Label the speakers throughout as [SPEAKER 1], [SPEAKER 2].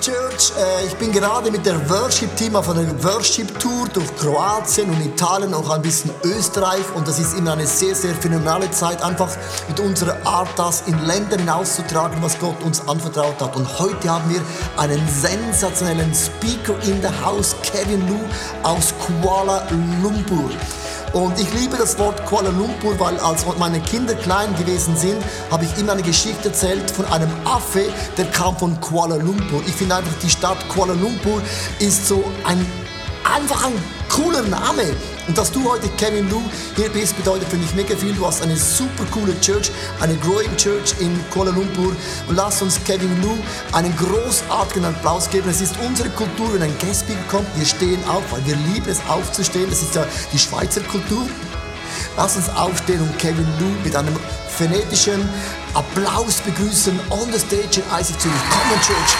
[SPEAKER 1] Church. Äh, Ich bin gerade mit der Worship-Team auf einer Worship-Tour durch Kroatien und Italien, auch ein bisschen Österreich. Und das ist immer eine sehr, sehr phänomenale Zeit, einfach mit unserer Art, das in Ländern auszutragen, was Gott uns anvertraut hat. Und heute haben wir einen sensationellen Speaker in the House, Kevin Lu aus Kuala Lumpur. Und ich liebe das Wort Kuala Lumpur, weil als meine Kinder klein gewesen sind, habe ich immer eine Geschichte erzählt von einem Affe, der kam von Kuala Lumpur. Ich finde einfach, die Stadt Kuala Lumpur ist so ein, einfach ein cooler Name. Und dass du heute Kevin Lu hier bist, bedeutet für mich mega viel. Du hast eine super coole Church, eine Growing Church in Kuala Lumpur. Und lass uns Kevin Lu einen großartigen Applaus geben. Es ist unsere Kultur, wenn ein Guest Speaker kommt, wir stehen auf, weil wir lieben es aufzustehen. Das ist ja die Schweizer Kultur. Lass uns aufstehen und Kevin Lu mit einem phonetischen Applaus begrüßen on the stage in Isaac Zürich. Come Church.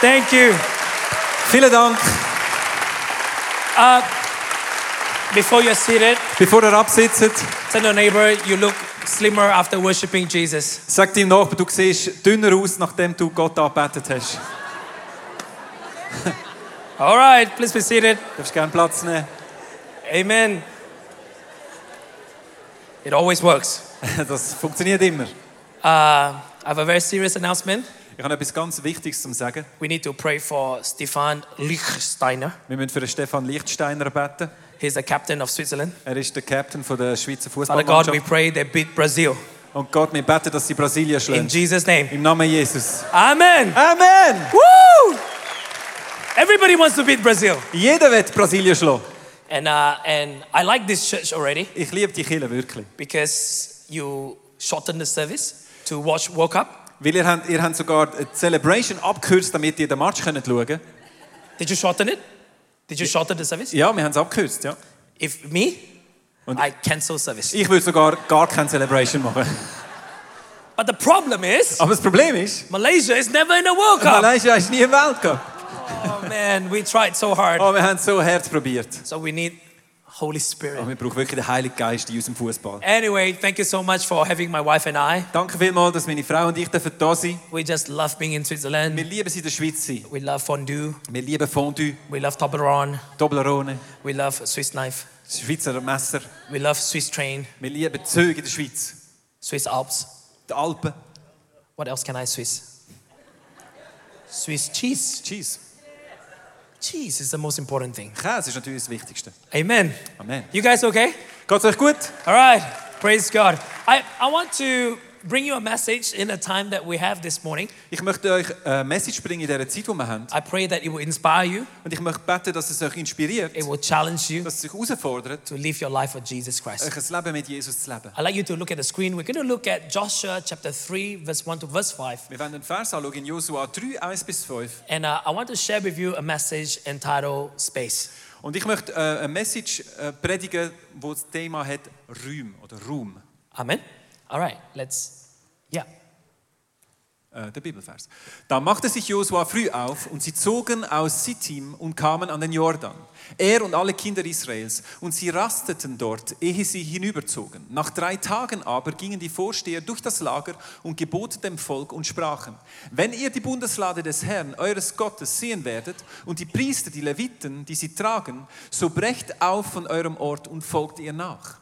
[SPEAKER 2] Thank you. Vielen Dank. Uh, before you're seated,
[SPEAKER 3] Bevor er absitzt,
[SPEAKER 2] tell your neighbor you look slimmer after worshiping Jesus.
[SPEAKER 3] sag deinem Nachbarn, du siehst dünner aus, nachdem du Gott angebetet hast. Du
[SPEAKER 2] All right, please be seated.
[SPEAKER 3] darfst gerne Platz nehmen.
[SPEAKER 2] Amen. It always works.
[SPEAKER 3] Das funktioniert immer.
[SPEAKER 2] Uh, I have a very serious announcement.
[SPEAKER 3] Ich habe etwas ganz Wichtiges zu sagen.
[SPEAKER 2] We need to pray for Stefan Lichsteiner.
[SPEAKER 3] Wir müssen für den Stefan Lichtsteiner beten.
[SPEAKER 2] He's the captain of Switzerland.
[SPEAKER 3] Er ist der Captain von der Schweizer
[SPEAKER 2] Father God, we
[SPEAKER 3] Fußballmannschaft.
[SPEAKER 2] pray they beat Brazil.
[SPEAKER 3] Und Gott, wir beten, dass sie Brasilien
[SPEAKER 2] In
[SPEAKER 3] schlägt.
[SPEAKER 2] Jesus' name.
[SPEAKER 3] Im Namen Jesus.
[SPEAKER 2] Amen.
[SPEAKER 3] Amen!
[SPEAKER 2] Woo! Everybody wants to beat Brazil.
[SPEAKER 3] Jeder wird Brasilien schlagen.
[SPEAKER 2] And, uh, and I like this church already
[SPEAKER 3] Ich liebe die Kirche wirklich.
[SPEAKER 2] because you shortened the service to watch World Cup.
[SPEAKER 3] Weil ihr habt, ihr habt sogar die Celebration abgekürzt, damit ihr den Match könnt schauen könnt.
[SPEAKER 2] Did you shorten it? Did you shorten the service?
[SPEAKER 3] Ja, wir haben es abgekürzt, ja.
[SPEAKER 2] If me,
[SPEAKER 3] Und-
[SPEAKER 2] I cancel service.
[SPEAKER 3] Ich würde sogar gar keine Celebration machen.
[SPEAKER 2] But the problem is,
[SPEAKER 3] Aber das Problem ist,
[SPEAKER 2] Malaysia is never in a World Cup.
[SPEAKER 3] Malaysia ist nie im Weltcup.
[SPEAKER 2] Oh man, we tried so hard.
[SPEAKER 3] Oh, wir haben es so hart probiert.
[SPEAKER 2] So we need Holy
[SPEAKER 3] Aber
[SPEAKER 2] Spirit.
[SPEAKER 3] wir brauchen wirklich den Heiligen Geist in unserem Fußball.
[SPEAKER 2] Anyway, thank you so much for having my wife and I.
[SPEAKER 3] Danke vielmals, dass meine Frau und ich dürfen da sein
[SPEAKER 2] We just love being in
[SPEAKER 3] Wir
[SPEAKER 2] Switzerland.
[SPEAKER 3] lieben sie in der Schweiz. Sein.
[SPEAKER 2] We love fondue.
[SPEAKER 3] Wir lieben Fondue,
[SPEAKER 2] We love Toblerone.
[SPEAKER 3] Toblerone,
[SPEAKER 2] We love Swiss knife.
[SPEAKER 3] das Schweizer Messer.
[SPEAKER 2] We love Swiss train,
[SPEAKER 3] Wir lieben Züge in der Schweiz,
[SPEAKER 2] Swiss Alps.
[SPEAKER 3] die Alpen,
[SPEAKER 2] What else can I Swiss? Swiss cheese.
[SPEAKER 3] Cheese.
[SPEAKER 2] Cheese is the most important thing.
[SPEAKER 3] Käse ist natürlich das Wichtigste.
[SPEAKER 2] Amen.
[SPEAKER 3] Amen.
[SPEAKER 2] You guys okay?
[SPEAKER 3] Geht's euch gut?
[SPEAKER 2] All right. Praise God. I, I want to bring you a message in the time that we have this morning.
[SPEAKER 3] Ich möchte euch eine Message bringen in dieser Zeit, die wir haben.
[SPEAKER 2] I pray that it will inspire you,
[SPEAKER 3] Und ich möchte beten, dass es euch inspiriert,
[SPEAKER 2] it will challenge you
[SPEAKER 3] dass es euch herausfordert,
[SPEAKER 2] to live your life for Jesus Christ.
[SPEAKER 3] euch ein Leben mit Jesus zu leben.
[SPEAKER 2] I'd like you to look at the screen. We're going to look at Joshua chapter 3, verse 1 to verse 5.
[SPEAKER 3] Wir werden den Vers anschauen in Josua 3, 1 bis 5.
[SPEAKER 2] And uh, I want to share with you a message entitled Space.
[SPEAKER 3] Und ich möchte äh, eine Message äh, predigen, wo das Thema hat Räum oder Ruhm,
[SPEAKER 2] Amen. All right, let's. Yeah.
[SPEAKER 3] äh, der Bibelvers. Da machte sich Josua früh auf und sie zogen aus Sittim und kamen an den Jordan. Er und alle Kinder Israels und sie rasteten dort, ehe sie hinüberzogen. Nach drei Tagen aber gingen die Vorsteher durch das Lager und geboten dem Volk und sprachen, wenn ihr die Bundeslade des Herrn, eures Gottes, sehen werdet und die Priester, die Leviten, die sie tragen, so brecht auf von eurem Ort und folgt ihr nach.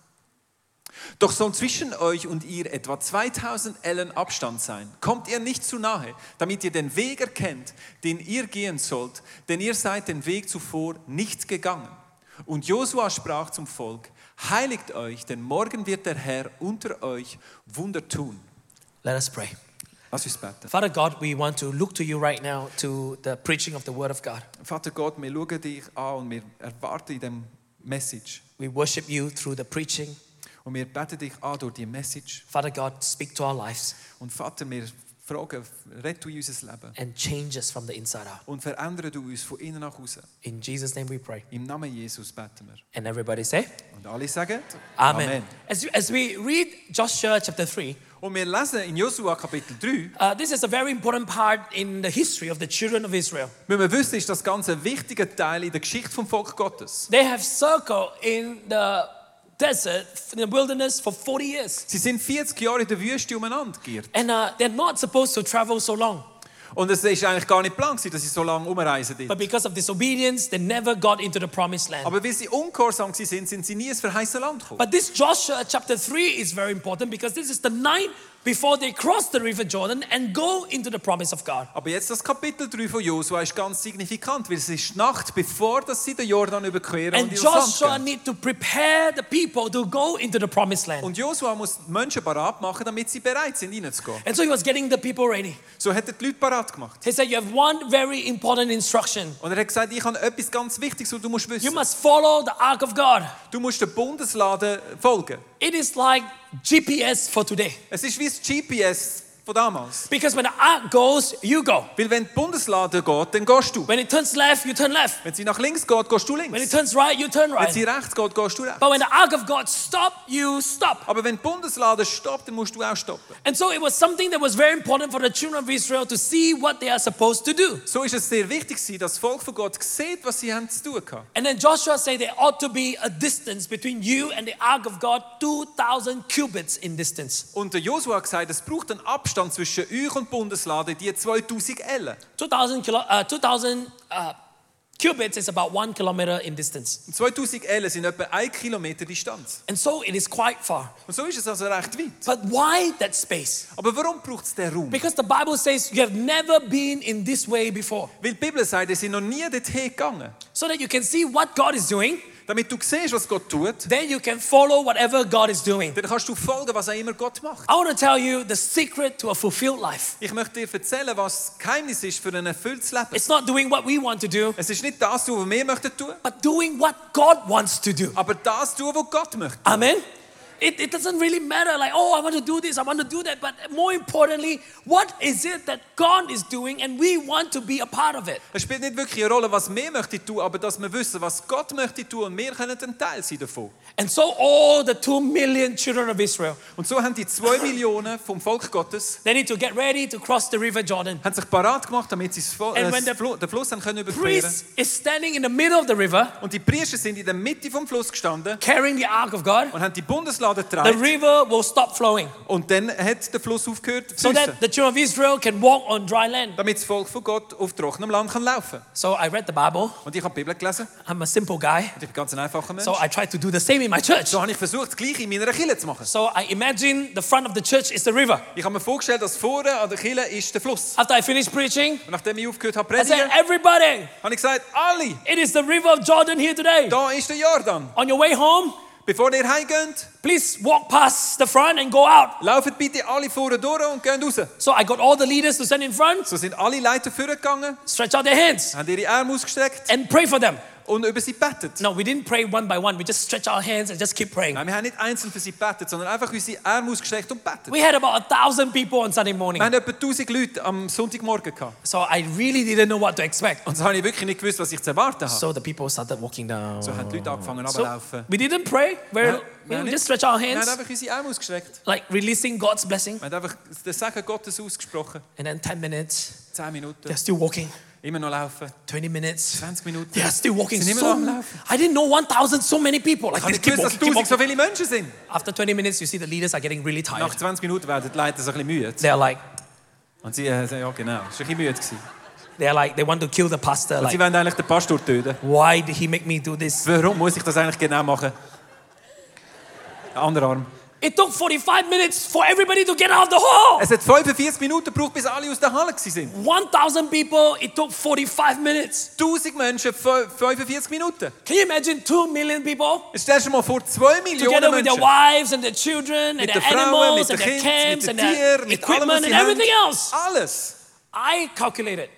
[SPEAKER 3] Doch soll zwischen euch und ihr etwa 2000 Ellen Abstand sein. Kommt ihr nicht zu nahe, damit ihr den Weg erkennt, den ihr gehen sollt, denn ihr seid den Weg zuvor nicht gegangen. Und Josua sprach zum Volk, heiligt euch, denn morgen wird der Herr unter euch Wunder tun.
[SPEAKER 2] Let us pray.
[SPEAKER 3] Lass uns beten.
[SPEAKER 2] Father God, we want to look to you right now to the preaching of the Word of God.
[SPEAKER 3] Vater Gott, wir schauen dich an und wir erwarten in dem Message.
[SPEAKER 2] We worship you through the preaching.
[SPEAKER 3] Und wir beten dich an durch die Message.
[SPEAKER 2] Father God, speak to our lives
[SPEAKER 3] Und Vater, wir fragen, rette du unser Leben
[SPEAKER 2] and change us from the inside out.
[SPEAKER 3] und verändere du uns von innen nach außen.
[SPEAKER 2] In Jesus' name we pray.
[SPEAKER 3] Im Namen Jesus beten wir.
[SPEAKER 2] And everybody say,
[SPEAKER 3] Und alle sagen
[SPEAKER 2] Amen. As, as we read Joshua chapter 3,
[SPEAKER 3] Und wir lesen in Josua Kapitel 3,
[SPEAKER 2] uh, this is a very important part in the history of the children of Israel.
[SPEAKER 3] müssen wir wissen, ist das Ganze ein wichtiger Teil in der Geschichte vom Volk Gottes.
[SPEAKER 2] They have circled in the desert, in the wilderness for 40 years.
[SPEAKER 3] Sie sind 40 Jahre in der Wüste umeinander geirrt.
[SPEAKER 2] And uh, they're not supposed to travel so long.
[SPEAKER 3] Und es ist eigentlich gar nicht plan, gewesen, dass sie so lange umreisen. dort.
[SPEAKER 2] But because of disobedience, they never got into the promised land.
[SPEAKER 3] Aber weil sie ungehorsam gewesen sind, sind sie nie ins verheißene Land gekommen.
[SPEAKER 2] But this Joshua chapter 3 is very important because this is the night before they cross the river Jordan and go into the promise of God.
[SPEAKER 3] Aber jetzt das Kapitel 3 von Josua ist ganz signifikant, weil es ist Nacht, bevor dass sie den Jordan überqueren
[SPEAKER 2] And
[SPEAKER 3] und ins Land
[SPEAKER 2] Joshua
[SPEAKER 3] gehen.
[SPEAKER 2] need to prepare the people to go into the promised land.
[SPEAKER 3] Und Josua muss die Menschen parat machen, damit sie bereit sind, reinzugehen.
[SPEAKER 2] And so he was getting the people ready.
[SPEAKER 3] So hat er die Leute parat gemacht.
[SPEAKER 2] He said, You have one very important instruction.
[SPEAKER 3] Und er hat gesagt, ich habe etwas ganz Wichtiges, was du musst
[SPEAKER 2] You
[SPEAKER 3] wissen.
[SPEAKER 2] must follow the ark of God.
[SPEAKER 3] Du musst den Bundesladen folgen.
[SPEAKER 2] It is like GPS for today.
[SPEAKER 3] Es ist wie das GPS von damals.
[SPEAKER 2] Because when the ark goes, you go.
[SPEAKER 3] Weil wenn die Bundeslade geht, dann gehst du.
[SPEAKER 2] When it turns left, you turn left.
[SPEAKER 3] Wenn sie nach links geht, gehst du
[SPEAKER 2] When it
[SPEAKER 3] links.
[SPEAKER 2] turns right, you turn
[SPEAKER 3] Wenn sie
[SPEAKER 2] right.
[SPEAKER 3] rechts geht, gehst du rechts.
[SPEAKER 2] But when the ark of God stop, you stop.
[SPEAKER 3] Aber wenn die Bundeslade stoppt, dann musst du auch stoppen.
[SPEAKER 2] And so it was something that was very important for the children of Israel to see what they are supposed to do.
[SPEAKER 3] So ist es sehr wichtig, gewesen, dass das Volk von Gott sieht, was sie haben zu tun haben.
[SPEAKER 2] And then Joshua said there ought to be a distance between you and the ark of God 2000 cubits in distance.
[SPEAKER 3] Und der Josua hat gesagt, es braucht einen Abstand zwischen euch und Bundeslade, die 2000 Ellen.
[SPEAKER 2] 2000 kilo, uh, 2000 uh, cubits is about 1 kilometer in distance.
[SPEAKER 3] Und 2000 Ellen sind etwa 1 Kilometer Distanz.
[SPEAKER 2] And so it is quite far.
[SPEAKER 3] Und so ist es also recht weit.
[SPEAKER 2] But why that space?
[SPEAKER 3] Aber warum braucht es den Raum?
[SPEAKER 2] Because the Bible says you have never been in this way before.
[SPEAKER 3] Weil die Bibel sagt, ihr seid noch nie dorthin gegangen.
[SPEAKER 2] So that you can see what God is doing,
[SPEAKER 3] Damit du siehst, was Gott tut,
[SPEAKER 2] then you can follow whatever God is doing.
[SPEAKER 3] dann kannst du folgen, was auch immer Gott macht.
[SPEAKER 2] I want to tell you the secret to a fulfilled life.
[SPEAKER 3] Ich möchte dir erzählen, was das Geheimnis ist für ein erfülltes Leben.
[SPEAKER 2] It's not doing what we want to do,
[SPEAKER 3] Es ist nicht das tun, was wir möchten tun,
[SPEAKER 2] but doing what God wants to do.
[SPEAKER 3] aber das tun, was Gott möchte.
[SPEAKER 2] Amen. It, it doesn't really matter, like, oh, I want to do this, I want to do that. But more importantly, what is it that God is doing and we want to be a part of it?
[SPEAKER 3] Es spielt nicht wirklich eine Rolle, was wir möchten tun, aber dass wir wissen, was Gott möchte tun und wir können ein Teil sein davon.
[SPEAKER 2] And so, all the two million children of Israel,
[SPEAKER 3] Und so haben die zwei Millionen vom Volk Gottes
[SPEAKER 2] they need to get ready to cross the River Jordan.
[SPEAKER 3] haben sich parat gemacht, damit sie das Flo-
[SPEAKER 2] And when
[SPEAKER 3] äh,
[SPEAKER 2] the
[SPEAKER 3] das Flo- den Fluss haben können überqueren.
[SPEAKER 2] Priest is standing in the middle of the river
[SPEAKER 3] Und die Priester sind in der Mitte vom Fluss gestanden
[SPEAKER 2] carrying the Ark of God.
[SPEAKER 3] und haben die Bundeslade
[SPEAKER 2] The
[SPEAKER 3] getragen.
[SPEAKER 2] river will stop flowing
[SPEAKER 3] Und dann hat der Fluss aufgehört zu
[SPEAKER 2] so
[SPEAKER 3] fliessen,
[SPEAKER 2] that the children of Israel can walk on dry land.
[SPEAKER 3] damit das Volk von Gott auf trockenem Land kann laufen.
[SPEAKER 2] So, I read the Bible,
[SPEAKER 3] Und ich habe die Bibel gelesen und
[SPEAKER 2] I'm a simple guy.
[SPEAKER 3] ich bin ganz ein einfacher Mensch.
[SPEAKER 2] So, I tried to do the same in my church.
[SPEAKER 3] so habe ich versucht, das Gleiche in meiner Kirche zu machen.
[SPEAKER 2] So I imagine the front of the church is the river.
[SPEAKER 3] Ich habe mir vorgestellt, dass vorne an der Kirche ist der Fluss.
[SPEAKER 2] After I finished preaching,
[SPEAKER 3] Und nachdem ich aufgehört habe
[SPEAKER 2] I
[SPEAKER 3] zu
[SPEAKER 2] said,
[SPEAKER 3] predigen,
[SPEAKER 2] Everybody,
[SPEAKER 3] habe ich gesagt, alle
[SPEAKER 2] it is the river of Jordan here today.
[SPEAKER 3] Da ist der Jordan.
[SPEAKER 2] On your way home,
[SPEAKER 3] Bevor ihr heimgeht,
[SPEAKER 2] please walk past the front and go out.
[SPEAKER 3] lauft bitte alle vorne durch und geht raus.
[SPEAKER 2] So I got all the leaders to stand in front,
[SPEAKER 3] So sind alle Leiter vorgegangen,
[SPEAKER 2] stretch out their hands,
[SPEAKER 3] haben ihre Arme ausgestreckt
[SPEAKER 2] and pray for them.
[SPEAKER 3] und über sie betet.
[SPEAKER 2] No, we didn't pray one by one. We just stretch our hands and just keep praying.
[SPEAKER 3] Nein, wir haben nicht einzeln für sie betet, sondern einfach unsere Arme ausgestreckt und betet.
[SPEAKER 2] We had about a thousand people on Sunday morning.
[SPEAKER 3] Wir haben etwa 1000 Leute am Sonntagmorgen gehabt.
[SPEAKER 2] So I really didn't know what to expect.
[SPEAKER 3] Und so habe ich wirklich nicht gewusst, was ich zu erwarten habe.
[SPEAKER 2] So the people started walking down.
[SPEAKER 3] So uh, haben die Leute angefangen
[SPEAKER 2] So
[SPEAKER 3] runterzulaufen.
[SPEAKER 2] we didn't pray. Very,
[SPEAKER 3] Wir- wir haben
[SPEAKER 2] we
[SPEAKER 3] nicht-
[SPEAKER 2] just stretch our
[SPEAKER 3] wir haben
[SPEAKER 2] hands,
[SPEAKER 3] einfach unsere Arme ausgestreckt.
[SPEAKER 2] like releasing God's blessing.
[SPEAKER 3] Wir haben einfach den Segen Gottes ausgesprochen.
[SPEAKER 2] And then 10 minutes,
[SPEAKER 3] 10 Minuten.
[SPEAKER 2] They're still walking.
[SPEAKER 3] Immer noch laufen.
[SPEAKER 2] 20 minutes.
[SPEAKER 3] 20 Minuten.
[SPEAKER 2] They are still walking.
[SPEAKER 3] Sind immer
[SPEAKER 2] So,
[SPEAKER 3] noch am Laufen.
[SPEAKER 2] I didn't know 1,000 so many people. Like,
[SPEAKER 3] Ich
[SPEAKER 2] just
[SPEAKER 3] habe nicht
[SPEAKER 2] keep
[SPEAKER 3] gewusst, dass
[SPEAKER 2] walking, keep
[SPEAKER 3] 1000 so
[SPEAKER 2] walking.
[SPEAKER 3] viele Menschen sind.
[SPEAKER 2] After 20 minutes, you see the leaders are getting really
[SPEAKER 3] Nach
[SPEAKER 2] tired.
[SPEAKER 3] 20 Minuten werden die Leute so ein bisschen müde.
[SPEAKER 2] They're like,
[SPEAKER 3] Und sie äh, sagen, ja genau, es war ein bisschen müde. Gewesen.
[SPEAKER 2] they're like, they want to kill the pastor.
[SPEAKER 3] Sie
[SPEAKER 2] Like,
[SPEAKER 3] wollen eigentlich den Pastor töten.
[SPEAKER 2] why did he make me do this?
[SPEAKER 3] Warum muss ich das eigentlich genau machen? Anderer Arm.
[SPEAKER 2] It took 45 minutes for everybody to get out of the hall.
[SPEAKER 3] Es hat 45 Minuten gebraucht, bis alle aus der Halle gewesen sind.
[SPEAKER 2] 1,000 people. It took 45 minutes.
[SPEAKER 3] 1000 Menschen, fü- 45 Minuten.
[SPEAKER 2] Can you imagine 2 million people?
[SPEAKER 3] Jetzt stellst du dir mal vor, 2
[SPEAKER 2] Together
[SPEAKER 3] Millionen
[SPEAKER 2] with their
[SPEAKER 3] Menschen.
[SPEAKER 2] wives and their children and
[SPEAKER 3] Mit
[SPEAKER 2] their
[SPEAKER 3] den Frauen, mit
[SPEAKER 2] animals
[SPEAKER 3] den
[SPEAKER 2] and their
[SPEAKER 3] Kindern,
[SPEAKER 2] camps
[SPEAKER 3] mit den
[SPEAKER 2] and their
[SPEAKER 3] Tieren, mit allem, was
[SPEAKER 2] equipment
[SPEAKER 3] sie
[SPEAKER 2] and everything
[SPEAKER 3] haben.
[SPEAKER 2] else.
[SPEAKER 3] Alles.
[SPEAKER 2] I calculated,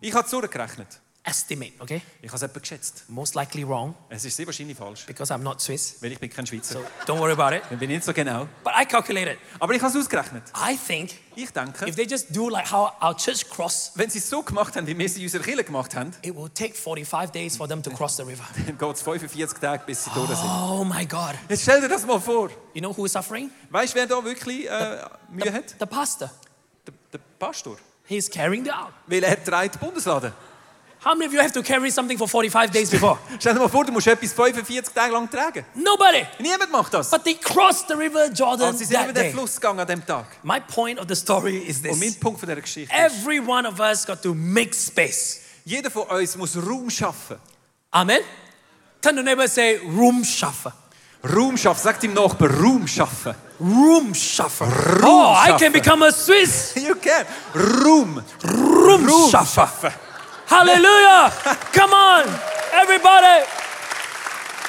[SPEAKER 3] Ich habe zurückgerechnet.
[SPEAKER 2] estimate, okay?
[SPEAKER 3] Ich habe es etwa geschätzt.
[SPEAKER 2] Most likely wrong
[SPEAKER 3] Es ist sehr wahrscheinlich falsch,
[SPEAKER 2] because I'm not Swiss.
[SPEAKER 3] weil ich bin kein Schweizer.
[SPEAKER 2] So don't worry about it.
[SPEAKER 3] Ich bin nicht so genau.
[SPEAKER 2] But I calculated.
[SPEAKER 3] Aber ich habe es ausgerechnet.
[SPEAKER 2] I think
[SPEAKER 3] Ich denke,
[SPEAKER 2] if they just do like how our church cross,
[SPEAKER 3] wenn sie es so gemacht haben, wie wir es in unserer Kirche gemacht haben,
[SPEAKER 2] it will take 45 days for them to cross the river.
[SPEAKER 3] dann geht es 45 Tage, bis sie durch sind.
[SPEAKER 2] Oh my God.
[SPEAKER 3] Jetzt stell dir das mal vor.
[SPEAKER 2] You know who is suffering?
[SPEAKER 3] Weißt du, wer da wirklich äh, Mühe
[SPEAKER 2] The,
[SPEAKER 3] hat?
[SPEAKER 2] the pastor.
[SPEAKER 3] Der, der Pastor.
[SPEAKER 2] He's carrying the ark.
[SPEAKER 3] Weil er trägt die Bundeslade.
[SPEAKER 2] How many of you have to carry something for 45 days before?
[SPEAKER 3] Stell dir mal vor, du musst etwas 45 Tage lang tragen.
[SPEAKER 2] Nobody.
[SPEAKER 3] Niemand macht das.
[SPEAKER 2] But they crossed the river Jordan
[SPEAKER 3] Also sie sind über
[SPEAKER 2] that
[SPEAKER 3] den
[SPEAKER 2] day.
[SPEAKER 3] Fluss gegangen an dem Tag.
[SPEAKER 2] My point of the story is
[SPEAKER 3] Und mein
[SPEAKER 2] this.
[SPEAKER 3] Punkt von dieser Geschichte ist,
[SPEAKER 2] Every one of us got to make space.
[SPEAKER 3] jeder von uns muss Raum schaffen.
[SPEAKER 2] Amen. Turn to neighbor and say, room shuffle.
[SPEAKER 3] Raum schaffen, sag deinem Nachbar, Raum schaffen.
[SPEAKER 2] Room shuffle.
[SPEAKER 3] Room
[SPEAKER 2] Oh, I
[SPEAKER 3] shuffle.
[SPEAKER 2] can become a Swiss
[SPEAKER 3] You can. Raum.
[SPEAKER 2] room,
[SPEAKER 3] Room
[SPEAKER 2] shuffle. Hallelujah. Come on, everybody.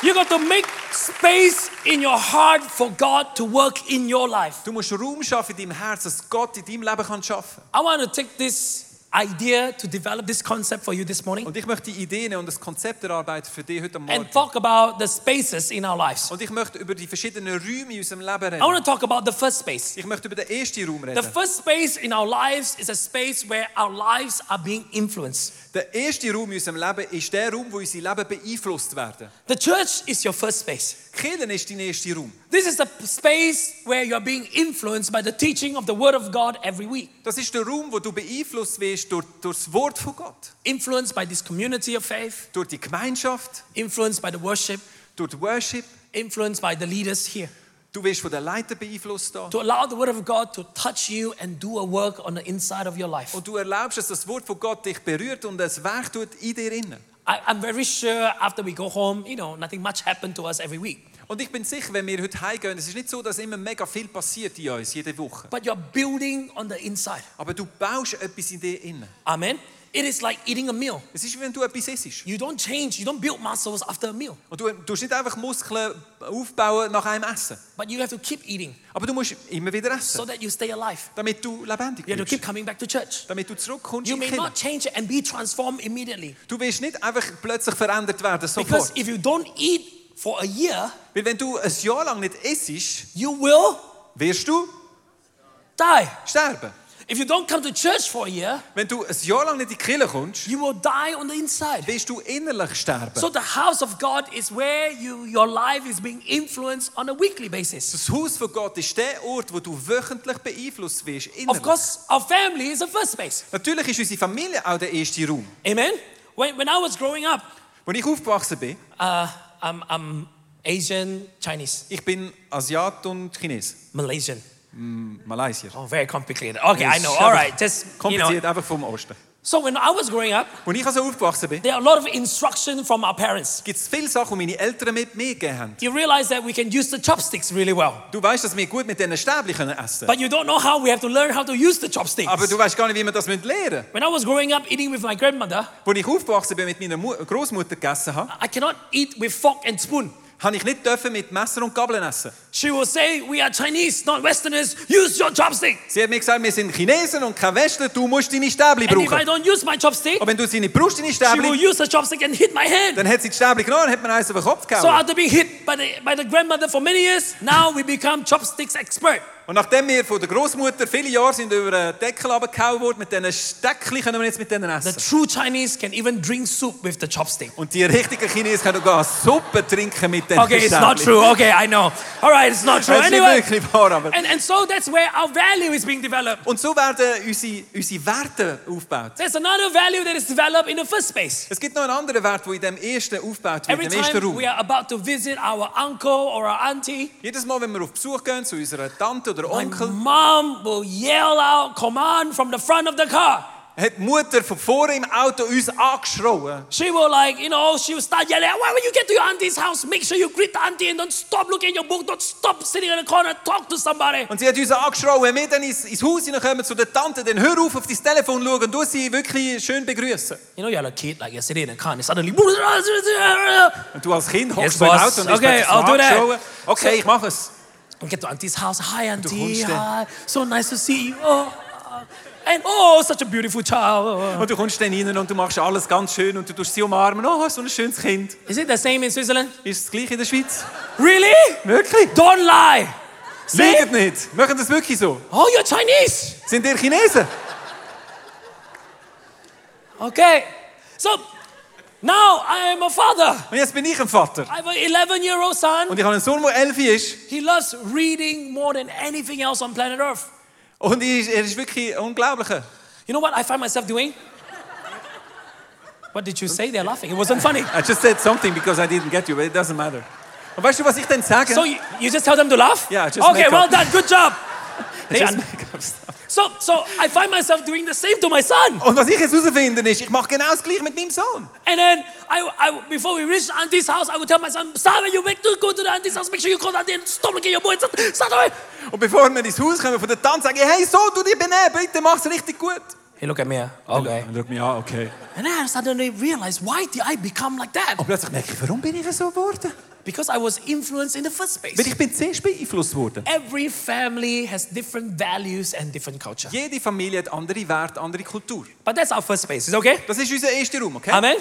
[SPEAKER 2] You got to make space in your heart for God to work in your life.
[SPEAKER 3] Du musst Raum schaffen in deinem Herz, dass Gott in deinem Leben kann schaffen kann.
[SPEAKER 2] I want to take this idea to develop this concept for you this morning
[SPEAKER 3] Und ich möchte Ideen und das Konzept erarbeiten für dich heute Morgen.
[SPEAKER 2] and talk about the spaces in our lives.
[SPEAKER 3] Und ich möchte über die verschiedenen Räume in unserem Leben
[SPEAKER 2] I want to
[SPEAKER 3] reden.
[SPEAKER 2] talk about the first space.
[SPEAKER 3] Ich möchte über den ersten Raum
[SPEAKER 2] The
[SPEAKER 3] reden.
[SPEAKER 2] first space in our lives is a space where our lives are being influenced.
[SPEAKER 3] Der erste Raum in unserem Leben ist der Raum, wo unsere Leben beeinflusst werden.
[SPEAKER 2] The church is your first space.
[SPEAKER 3] Die Kirche ist dein erster Raum.
[SPEAKER 2] This is the p- space where you're being influenced by the teaching of the Word of God every week,
[SPEAKER 3] Das ist der Raum, wo du beeinflusst wirst durch, durch das Wort von Gott,
[SPEAKER 2] influenced by this community of faith,
[SPEAKER 3] durch die Gemeinschaft,
[SPEAKER 2] influenced by the worship,
[SPEAKER 3] durch die Worship.
[SPEAKER 2] influenced by the leaders here.
[SPEAKER 3] Du wirst von den Leitern beeinflusst. da.
[SPEAKER 2] To allow the Word of God to touch you and do a work on the inside of your life.
[SPEAKER 3] Und du erlaubst, dass das Wort von Gott dich berührt und es Werk tut in dir innen.
[SPEAKER 2] I, I'm very sure after we go home, you know, nothing much happened to us every week.
[SPEAKER 3] Und ich bin sicher, wenn wir heute heimgehen, es ist nicht so, dass immer mega viel passiert in uns, jede Woche.
[SPEAKER 2] But you're building on the inside.
[SPEAKER 3] Aber du baust etwas in dir innen.
[SPEAKER 2] Amen. It is like eating a meal.
[SPEAKER 3] Es ist, wie wenn du etwas isst.
[SPEAKER 2] You don't change, you don't build muscles after a meal,
[SPEAKER 3] Und du tust nicht einfach Muskeln aufbauen nach einem Essen.
[SPEAKER 2] but you have to keep eating
[SPEAKER 3] Aber du musst immer wieder essen,
[SPEAKER 2] so that you stay alive.
[SPEAKER 3] damit du lebendig
[SPEAKER 2] You have to keep
[SPEAKER 3] bist.
[SPEAKER 2] coming back to church.
[SPEAKER 3] Damit du zurückkommst
[SPEAKER 2] You
[SPEAKER 3] in die
[SPEAKER 2] may
[SPEAKER 3] Kirche.
[SPEAKER 2] not change and be transformed immediately.
[SPEAKER 3] Du wirst nicht einfach plötzlich verändert werden,
[SPEAKER 2] Because
[SPEAKER 3] sofort.
[SPEAKER 2] if you don't eat for a year,
[SPEAKER 3] Weil wenn du ein Jahr lang nicht isst,
[SPEAKER 2] you will
[SPEAKER 3] wirst du
[SPEAKER 2] die.
[SPEAKER 3] sterben.
[SPEAKER 2] If you don't come to church for a year,
[SPEAKER 3] Wenn du ein Jahr lang nicht in die Kirche kommst,
[SPEAKER 2] you will die on the inside.
[SPEAKER 3] wirst du innerlich sterben.
[SPEAKER 2] So the house of God is where you, your life is being influenced on a weekly basis.
[SPEAKER 3] Das Haus von Gott ist der Ort, wo du wöchentlich beeinflusst wirst.
[SPEAKER 2] Of
[SPEAKER 3] innerlich.
[SPEAKER 2] course, our family is the first space.
[SPEAKER 3] Natürlich ist unsere Familie auch der erste Raum.
[SPEAKER 2] Amen. When, when I was growing up,
[SPEAKER 3] Als ich aufgewachsen bin,
[SPEAKER 2] uh, I'm, I'm Asian, Chinese,
[SPEAKER 3] ich bin Asiat und Chines,
[SPEAKER 2] Malaysian.
[SPEAKER 3] Malaysier.
[SPEAKER 2] Oh, very complicated. Okay, I
[SPEAKER 3] Ist
[SPEAKER 2] know.
[SPEAKER 3] einfach
[SPEAKER 2] All right, just you know.
[SPEAKER 3] Kompliziert, einfach vom Osten.
[SPEAKER 2] So when I was growing up,
[SPEAKER 3] Als ich also aufgewachsen bin,
[SPEAKER 2] there are a lot of instruction from our parents.
[SPEAKER 3] gibt es viele Sachen, die meine Eltern mit mir gegeben haben.
[SPEAKER 2] You realize that we can use the chopsticks really well.
[SPEAKER 3] Du weißt, dass wir gut mit diesen Stäbchen können essen können.
[SPEAKER 2] But you don't know how we have to learn how to use the chopsticks.
[SPEAKER 3] Aber du weißt gar nicht, wie man das lernen müssen.
[SPEAKER 2] When I was growing up eating with my grandmother,
[SPEAKER 3] Als ich aufgewachsen bin mit meiner Mu Großmutter gegessen habe,
[SPEAKER 2] I cannot eat with fork and spoon.
[SPEAKER 3] habe ich nicht dürfen mit Messer und Gabeln essen.
[SPEAKER 2] She will say, We are Chinese, not Westerners, use your chopstick.
[SPEAKER 3] Sie hat mir gesagt, wir sind Chinesen und kein Westler, du musst deine Stäbchen
[SPEAKER 2] And if I
[SPEAKER 3] brauchen.
[SPEAKER 2] don't use my chopstick,
[SPEAKER 3] Und wenn du sie nicht brauchst, deine
[SPEAKER 2] she will
[SPEAKER 3] Stäbchen,
[SPEAKER 2] use the chopstick and hit my hand.
[SPEAKER 3] dann hat sie die Stäbchen genommen und hat mir eins auf den Kopf
[SPEAKER 2] So also-
[SPEAKER 3] gehauen.
[SPEAKER 2] after being hit by the, by the grandmother for many years, now we become chopsticks expert.
[SPEAKER 3] Und nachdem wir von der Großmutter viele Jahre sind über den Deckel runtergehauen wurden, mit diesen Steckchen können wir jetzt mit denen
[SPEAKER 2] The
[SPEAKER 3] essen.
[SPEAKER 2] true Chinese can even drink soup with the chopstick.
[SPEAKER 3] Und die richtigen Chinesen können sogar Suppe trinken mit diesen
[SPEAKER 2] Okay, it's not
[SPEAKER 3] Stäbchen.
[SPEAKER 2] true. Okay, I know. All right, it's not true.
[SPEAKER 3] Das ist nicht
[SPEAKER 2] Anyway,
[SPEAKER 3] wirklich wahr, aber...
[SPEAKER 2] and, and so that's where our value is being developed.
[SPEAKER 3] Und so werden unsere, unsere Werte aufgebaut.
[SPEAKER 2] There's another value that is developed in the first space.
[SPEAKER 3] Es gibt noch einen anderen Wert, der in dem ersten aufgebaut wird,
[SPEAKER 2] Every
[SPEAKER 3] in dem ersten
[SPEAKER 2] time we
[SPEAKER 3] Raum.
[SPEAKER 2] are about to visit our uncle or our auntie,
[SPEAKER 3] Jedes Mal, wenn wir auf Besuch gehen zu unserer Tante oder
[SPEAKER 2] my
[SPEAKER 3] Onkel,
[SPEAKER 2] mom will yell out command from the front of the car.
[SPEAKER 3] hat die Mutter von vorne im Auto uns angeschrien.
[SPEAKER 2] She will like, you know, she will start yelling, "Why when you get to your auntie's house, make sure you greet the auntie and don't stop looking at your book, don't stop sitting in the corner, talk to somebody.
[SPEAKER 3] Und sie hat uns angeschrien, wenn wir dann ins, ins Haus hineinkommen zu der Tante, dann hör auf, auf dein Telefon zu schauen und du sie wirklich schön begrüßen.
[SPEAKER 2] You know, you're a kid, like you're sitting in the car and suddenly. You
[SPEAKER 3] Und du als Kind
[SPEAKER 2] Yes,
[SPEAKER 3] hockst so im
[SPEAKER 2] boss.
[SPEAKER 3] Auto und bist
[SPEAKER 2] Okay, I'll do that. So-
[SPEAKER 3] plötzlich so angeschrien. Okay, ich mache es.
[SPEAKER 2] get to auntie's house, hi auntie,
[SPEAKER 3] kommst dann.
[SPEAKER 2] hi, so nice to see you. Oh, and oh, such a beautiful child.
[SPEAKER 3] Und du kommst dann rein und du machst alles ganz schön und du tust sie umarmen. Oh, so ein schönes Kind.
[SPEAKER 2] Is it the same in Switzerland?
[SPEAKER 3] Ist es gleich in der Schweiz?
[SPEAKER 2] Really?
[SPEAKER 3] Wirklich?
[SPEAKER 2] Don't lie. Say,
[SPEAKER 3] Liegt nicht. Machen das wirklich so?
[SPEAKER 2] oh, you're Chinese.
[SPEAKER 3] Sind ihr Chinesen?
[SPEAKER 2] Okay. So now I am a father.
[SPEAKER 3] Und jetzt bin ich ein Vater.
[SPEAKER 2] I have an 11 year old son.
[SPEAKER 3] Und ich habe einen Sohn, der elf ist.
[SPEAKER 2] He loves reading more than anything else on planet Earth.
[SPEAKER 3] Und er ist, er ist wirklich unglaublich.
[SPEAKER 2] You know what I find myself doing? What did you say? They're laughing. It wasn't funny.
[SPEAKER 3] I just said something because I didn't get you, but it doesn't matter. Und weißt du, was ich denn sage?
[SPEAKER 2] So you, you just tell them to laugh?
[SPEAKER 3] Yeah, just
[SPEAKER 2] Okay,
[SPEAKER 3] make
[SPEAKER 2] well
[SPEAKER 3] up.
[SPEAKER 2] done. Good job. They
[SPEAKER 3] Just
[SPEAKER 2] un-
[SPEAKER 3] make-up stuff.
[SPEAKER 2] so, so I find myself doing the same to my son.
[SPEAKER 3] und was ich jetzt herausfinde, ist, ich mache genau das Gleiche mit meinem Sohn.
[SPEAKER 2] And then I, I, before we reach auntie's house, I would tell my son, son, when you make to go to the auntie's house, make sure you call auntie and stop looking at your boy. Son, son, away.
[SPEAKER 3] Und bevor wir ins Haus kommen von der Tanz, sage ich, hey, so, du dich benehmen, bitte mach's richtig gut.
[SPEAKER 2] He looked at me. huh? Okay.
[SPEAKER 3] Und schau mich an, okay.
[SPEAKER 2] And then I suddenly realized, why did I become like that?
[SPEAKER 3] Und plötzlich merke ich, warum bin ich so geworden?
[SPEAKER 2] Because I was influenced in the first place.
[SPEAKER 3] Weil ich bin zuerst beeinflusst worden.
[SPEAKER 2] Every family has different values and different culture.
[SPEAKER 3] Jede Familie hat andere Werte, andere Kultur.
[SPEAKER 2] But that's our first space. Is it okay?
[SPEAKER 3] Das ist unser erster Raum, okay?
[SPEAKER 2] Amen.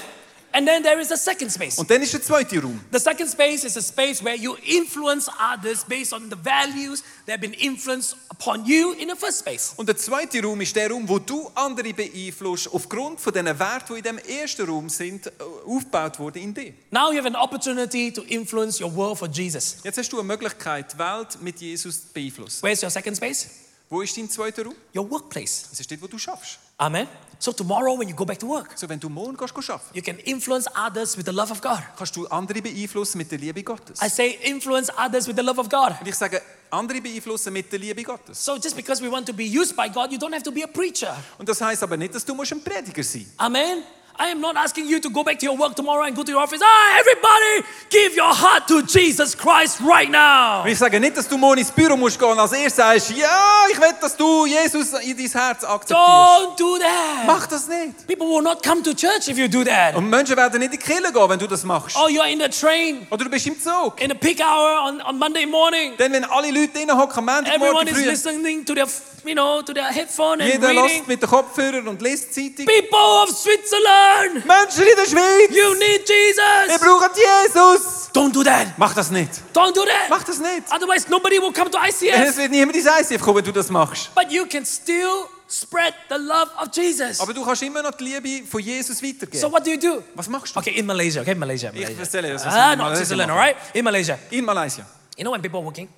[SPEAKER 2] And then there is a second space.
[SPEAKER 3] Und dann ist der zweite Raum.
[SPEAKER 2] The second space is a space where you influence others based on the values that have been influenced upon you in the first space.
[SPEAKER 3] Und der zweite Raum ist der Raum, wo du andere beeinflusst, aufgrund von diesen Werten, die in dem ersten Raum sind, äh, aufgebaut wurden in dir.
[SPEAKER 2] Now you have an opportunity to influence your world for Jesus.
[SPEAKER 3] Jetzt hast du eine Möglichkeit, die Welt mit Jesus zu beeinflussen.
[SPEAKER 2] Where's your second space?
[SPEAKER 3] Wo ist dein zweiter Raum?
[SPEAKER 2] Your workplace.
[SPEAKER 3] Das ist dort, wo du schaffst.
[SPEAKER 2] Amen. So tomorrow when you go back to work,
[SPEAKER 3] So, wenn du morgen gehst, gehst arbeiten,
[SPEAKER 2] you can influence others with the love of God.
[SPEAKER 3] kannst du andere beeinflussen mit der Liebe Gottes.
[SPEAKER 2] I say influence others with the love of God.
[SPEAKER 3] Und ich sage, andere beeinflussen mit der Liebe Gottes.
[SPEAKER 2] So just because we want to be used by God, you don't have to be a preacher.
[SPEAKER 3] Und das heißt aber nicht, dass du musst ein Prediger sein musst.
[SPEAKER 2] Amen. I am not asking you to go back to your work tomorrow and go to your office. Ah, everybody, give your heart to Jesus Christ right now.
[SPEAKER 3] Und ich sage nicht, dass du morgen ins Büro musst gehen und als erstes sagst, ja, ich will, dass du Jesus in dein Herz akzeptierst.
[SPEAKER 2] Don't do that.
[SPEAKER 3] Mach das nicht.
[SPEAKER 2] People will not come to church if you do that.
[SPEAKER 3] Und Menschen werden nicht in die Kirche gehen, wenn du das machst.
[SPEAKER 2] Or you're in the train
[SPEAKER 3] Oder du bist im Zug.
[SPEAKER 2] in the peak hour on, on Monday morning.
[SPEAKER 3] Denn wenn alle Leute drinnen hocken, am Montagmorgen
[SPEAKER 2] Everyone is
[SPEAKER 3] früh,
[SPEAKER 2] listening to their, you know, to their headphone and
[SPEAKER 3] jeder
[SPEAKER 2] reading.
[SPEAKER 3] lässt mit den Kopfhörern und liest Zeitung.
[SPEAKER 2] People of Switzerland,
[SPEAKER 3] Menschen in der Schweiz,
[SPEAKER 2] you need
[SPEAKER 3] wir
[SPEAKER 2] Jesus.
[SPEAKER 3] brauchen Jesus.
[SPEAKER 2] Don't do that.
[SPEAKER 3] Mach das nicht.
[SPEAKER 2] Don't do that.
[SPEAKER 3] Mach das nicht.
[SPEAKER 2] Otherwise, nobody will come to ICF.
[SPEAKER 3] Es wird niemand ins ICF kommen, wenn du das machst.
[SPEAKER 2] But you can still spread the love of Jesus.
[SPEAKER 3] Aber du kannst immer noch die Liebe von Jesus weitergeben.
[SPEAKER 2] So Oh, what do you do?
[SPEAKER 3] Was machst du?
[SPEAKER 2] Okay, in Malaysia, okay, Malaysia.
[SPEAKER 3] Ich
[SPEAKER 2] Malaysia.
[SPEAKER 3] erzähle dir das, was wir
[SPEAKER 2] Ah,
[SPEAKER 3] in
[SPEAKER 2] not
[SPEAKER 3] Malaysia
[SPEAKER 2] Switzerland,
[SPEAKER 3] machen.
[SPEAKER 2] alright? In Malaysia.
[SPEAKER 3] In Malaysia.
[SPEAKER 2] You know when people are working?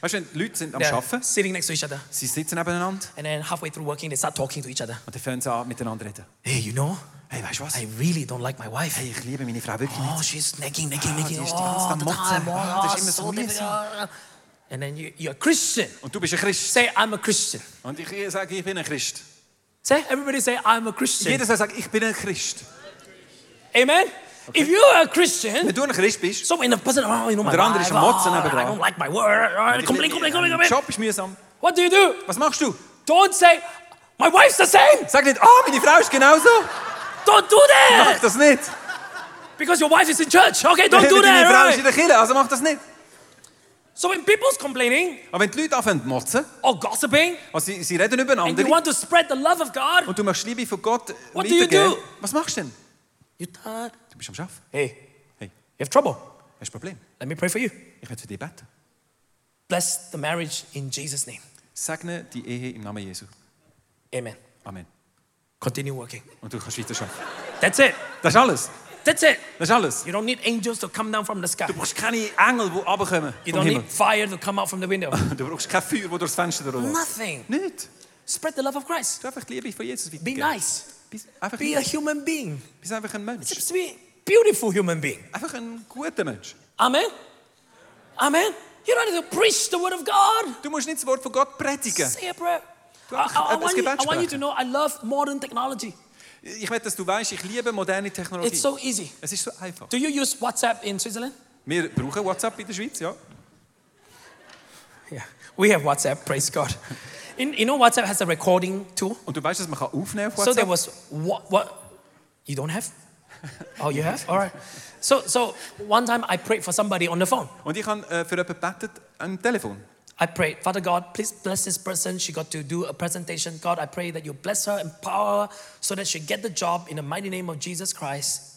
[SPEAKER 3] Weißt du, wenn die Leute sind am
[SPEAKER 2] They're
[SPEAKER 3] Arbeiten,
[SPEAKER 2] sitting next to each other.
[SPEAKER 3] sie sitzen nebeneinander
[SPEAKER 2] And then halfway through working, they start talking to each other.
[SPEAKER 3] und dann fangen sie an, miteinander reden.
[SPEAKER 2] Hey, you know,
[SPEAKER 3] Hey, weißt du was?
[SPEAKER 2] I really don't like my wife.
[SPEAKER 3] Hey, ich liebe meine Frau wirklich nicht.
[SPEAKER 2] Oh, she's nagging, nagging, nagging.
[SPEAKER 3] die
[SPEAKER 2] Oh,
[SPEAKER 3] is die ganze
[SPEAKER 2] all the
[SPEAKER 3] tijd aan
[SPEAKER 2] time.
[SPEAKER 3] motzen.
[SPEAKER 2] Oh,
[SPEAKER 3] Ah, dat is
[SPEAKER 2] oh,
[SPEAKER 3] immer
[SPEAKER 2] so
[SPEAKER 3] so
[SPEAKER 2] difficult. And then you, you're a Christian.
[SPEAKER 3] Und du bist ein Christ.
[SPEAKER 2] Say, I'm a Christian.
[SPEAKER 3] Und ich sage, ich bin ein Christ.
[SPEAKER 2] Say, everybody say, I'm a Christian.
[SPEAKER 3] Jeder soll sagen, ich bin ein Christ.
[SPEAKER 2] Amen? If you're a Christian,
[SPEAKER 3] Wenn du ein Christ bist,
[SPEAKER 2] So when the person, oh, you know, my
[SPEAKER 3] Der andere ist
[SPEAKER 2] wife,
[SPEAKER 3] am Motzen
[SPEAKER 2] oh,
[SPEAKER 3] nebendran.
[SPEAKER 2] I don't like my work. Oh,
[SPEAKER 3] ich-
[SPEAKER 2] complain, complain, complain,
[SPEAKER 3] Dein
[SPEAKER 2] complain.
[SPEAKER 3] Job ist mühsam.
[SPEAKER 2] What do you do?
[SPEAKER 3] Was machst du?
[SPEAKER 2] Don't say, my wife's the same.
[SPEAKER 3] Sag nicht, ah, meine Frau ist genauso.
[SPEAKER 2] Don't do
[SPEAKER 3] Mach
[SPEAKER 2] that.
[SPEAKER 3] das nicht.
[SPEAKER 2] Because your wife is in church. Okay, don't do
[SPEAKER 3] deine
[SPEAKER 2] that.
[SPEAKER 3] Frau ist
[SPEAKER 2] Right?
[SPEAKER 3] in der Kirche, also mach das nicht.
[SPEAKER 2] So when people's complaining
[SPEAKER 3] Aber wenn die Leute anfangen zu motzen,
[SPEAKER 2] or gossiping
[SPEAKER 3] also sie, sie reden über
[SPEAKER 2] and you
[SPEAKER 3] andere
[SPEAKER 2] want to spread the love of God,
[SPEAKER 3] und du möchtest die Liebe von Gott
[SPEAKER 2] What do you
[SPEAKER 3] weitergeben,
[SPEAKER 2] do?
[SPEAKER 3] was machst du denn?
[SPEAKER 2] you thought,
[SPEAKER 3] Du bist am Schaffen.
[SPEAKER 2] hey,
[SPEAKER 3] Hey,
[SPEAKER 2] you have trouble.
[SPEAKER 3] hast du ein Problem?
[SPEAKER 2] Let me pray for you.
[SPEAKER 3] Ich werde für dich beten.
[SPEAKER 2] Bless the marriage in Jesus' name.
[SPEAKER 3] Segne die Ehe im Namen Jesu.
[SPEAKER 2] Amen.
[SPEAKER 3] Amen.
[SPEAKER 2] Continue working.
[SPEAKER 3] Und du kannst weiter schaffen.
[SPEAKER 2] That's it.
[SPEAKER 3] Das ist alles.
[SPEAKER 2] That's it.
[SPEAKER 3] Das ist alles.
[SPEAKER 2] You don't need angels to come down from the sky.
[SPEAKER 3] Du brauchst keine Engel, die runterkommen
[SPEAKER 2] You
[SPEAKER 3] vom
[SPEAKER 2] don't need
[SPEAKER 3] Himmel.
[SPEAKER 2] fire to come out from the window.
[SPEAKER 3] Du brauchst kein Feuer, das durchs Fenster rollt.
[SPEAKER 2] Nothing.
[SPEAKER 3] Nicht.
[SPEAKER 2] Spread the love of Christ.
[SPEAKER 3] Du einfach die Liebe von Jesus
[SPEAKER 2] Be
[SPEAKER 3] weitergeben.
[SPEAKER 2] nice.
[SPEAKER 3] Bist einfach,
[SPEAKER 2] Be a human being.
[SPEAKER 3] bist einfach ein Mensch.
[SPEAKER 2] Just be a beautiful human being.
[SPEAKER 3] Einfach ein guter Mensch.
[SPEAKER 2] Amen. Amen. You don't have to preach the word of God.
[SPEAKER 3] Du musst nicht das Wort von Gott predigen.
[SPEAKER 2] Say a prayer. I,
[SPEAKER 3] Du
[SPEAKER 2] I-
[SPEAKER 3] einfach
[SPEAKER 2] I
[SPEAKER 3] etwas
[SPEAKER 2] want you,
[SPEAKER 3] Gebet
[SPEAKER 2] I want you to
[SPEAKER 3] sprechen.
[SPEAKER 2] know I love modern technology.
[SPEAKER 3] Ich möchte, dass du weißt, ich liebe moderne Technologie.
[SPEAKER 2] It's so easy.
[SPEAKER 3] es ist so einfach.
[SPEAKER 2] Do you use WhatsApp in Switzerland?
[SPEAKER 3] Wir brauchen WhatsApp in der Schweiz, ja.
[SPEAKER 2] Yeah. We have WhatsApp, praise God. In, you know, WhatsApp has a recording tool.
[SPEAKER 3] Und du weißt, dass man kann aufnehmen auf
[SPEAKER 2] So there
[SPEAKER 3] WhatsApp.
[SPEAKER 2] was what, what you don't have? Oh, you have? All right. So, so one time I prayed for somebody on the phone.
[SPEAKER 3] Und ich habe äh, für jemanden gebetet am Telefon.
[SPEAKER 2] I prayed, Father God, please bless this person. She got to do a presentation. God, I pray that you bless her, empower her, so that she get the job in the mighty name of Jesus Christ.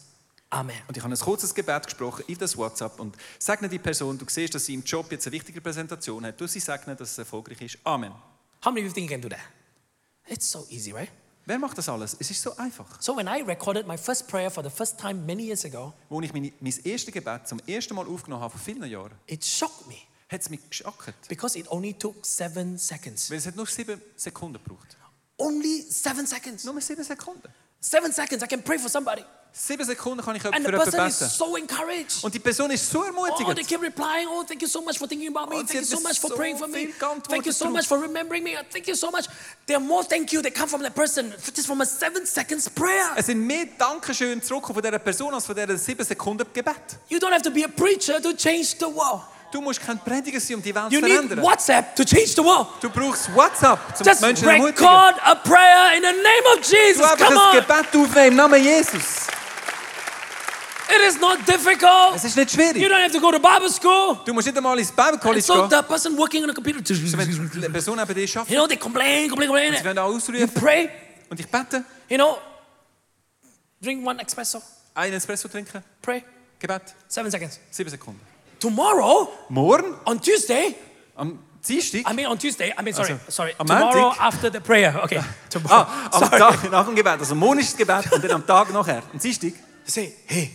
[SPEAKER 2] Amen.
[SPEAKER 3] Und ich habe ein kurzes Gebet gesprochen in das WhatsApp und segne die Person. Du siehst, dass sie im Job jetzt eine wichtige Präsentation hat. Du sie segnen, dass es erfolgreich ist. Amen.
[SPEAKER 2] How many of you think you can do that? It's so easy, right?
[SPEAKER 3] Wer macht das alles? Es ist so einfach.
[SPEAKER 2] So when I recorded my first prayer for the first time many years ago,
[SPEAKER 3] Als ich meine, mein erstes Gebet zum ersten Mal aufgenommen habe, vor vielen Jahren,
[SPEAKER 2] it shocked me
[SPEAKER 3] hat es mich geschockt.
[SPEAKER 2] because it only took seven seconds.
[SPEAKER 3] Weil es hat nur sieben Sekunden gebraucht.
[SPEAKER 2] Only seven seconds.
[SPEAKER 3] Nur sieben Sekunden.
[SPEAKER 2] Seven seconds, I can pray for somebody.
[SPEAKER 3] Sieben Sekunden kann ich für
[SPEAKER 2] And the
[SPEAKER 3] jemanden
[SPEAKER 2] person is
[SPEAKER 3] beten.
[SPEAKER 2] so encouraged.
[SPEAKER 3] Und die Person ist
[SPEAKER 2] Oh,
[SPEAKER 3] so
[SPEAKER 2] they
[SPEAKER 3] ermutigend.
[SPEAKER 2] keep replying. Oh, thank you so much for thinking about me.
[SPEAKER 3] Und sie
[SPEAKER 2] Thank you
[SPEAKER 3] hat
[SPEAKER 2] so
[SPEAKER 3] mir
[SPEAKER 2] much for
[SPEAKER 3] so
[SPEAKER 2] praying for me.
[SPEAKER 3] viel geantwortet
[SPEAKER 2] Thank you so
[SPEAKER 3] drauf.
[SPEAKER 2] much for remembering me. Thank you so much. There are more thank you that come from that person just from a seven seconds prayer.
[SPEAKER 3] Es sind mehr Dankeschön zurückgekommen von dieser Person als von dieser sieben Sekunden Gebet.
[SPEAKER 2] You don't have to be a preacher to change the world.
[SPEAKER 3] Du musst kein Prediger sein, um die Welt zu
[SPEAKER 2] You need
[SPEAKER 3] verändern.
[SPEAKER 2] WhatsApp to change the world.
[SPEAKER 3] Du brauchst WhatsApp, um
[SPEAKER 2] Just
[SPEAKER 3] die Menschen zu ermutigen.
[SPEAKER 2] record a prayer in the name of
[SPEAKER 3] Du
[SPEAKER 2] Jesus.
[SPEAKER 3] einfach
[SPEAKER 2] Come
[SPEAKER 3] das
[SPEAKER 2] on.
[SPEAKER 3] Gebet aufnehmen im Namen Jesus.
[SPEAKER 2] It is not difficult.
[SPEAKER 3] Es ist nicht
[SPEAKER 2] You
[SPEAKER 3] schwierig.
[SPEAKER 2] don't have to go to Bible school.
[SPEAKER 3] Du musst nicht einmal ins Bible
[SPEAKER 2] And
[SPEAKER 3] College
[SPEAKER 2] so
[SPEAKER 3] gehen.
[SPEAKER 2] the person working on a computer,
[SPEAKER 3] Wenn die Person neben dir schafft,
[SPEAKER 2] you know, they complain, complain,
[SPEAKER 3] sie
[SPEAKER 2] complain.
[SPEAKER 3] werden auch
[SPEAKER 2] You
[SPEAKER 3] ausrufen
[SPEAKER 2] pray,
[SPEAKER 3] und ich bete,
[SPEAKER 2] you know, drink one espresso,
[SPEAKER 3] einen Espresso trinken,
[SPEAKER 2] pray,
[SPEAKER 3] Gebet,
[SPEAKER 2] seven seconds.
[SPEAKER 3] sieben Sekunden.
[SPEAKER 2] Tomorrow,
[SPEAKER 3] Morgen,
[SPEAKER 2] on Tuesday,
[SPEAKER 3] am Dienstag,
[SPEAKER 2] I mean on Tuesday, I mean sorry,
[SPEAKER 3] Also,
[SPEAKER 2] sorry,
[SPEAKER 3] am
[SPEAKER 2] tomorrow
[SPEAKER 3] Montag?
[SPEAKER 2] after the prayer. Okay, tomorrow.
[SPEAKER 3] ah, am
[SPEAKER 2] sorry.
[SPEAKER 3] Tag nach dem Gebet, also morgen ist das Gebet und dann am Tag nachher, am Dienstag.
[SPEAKER 2] Say, hey,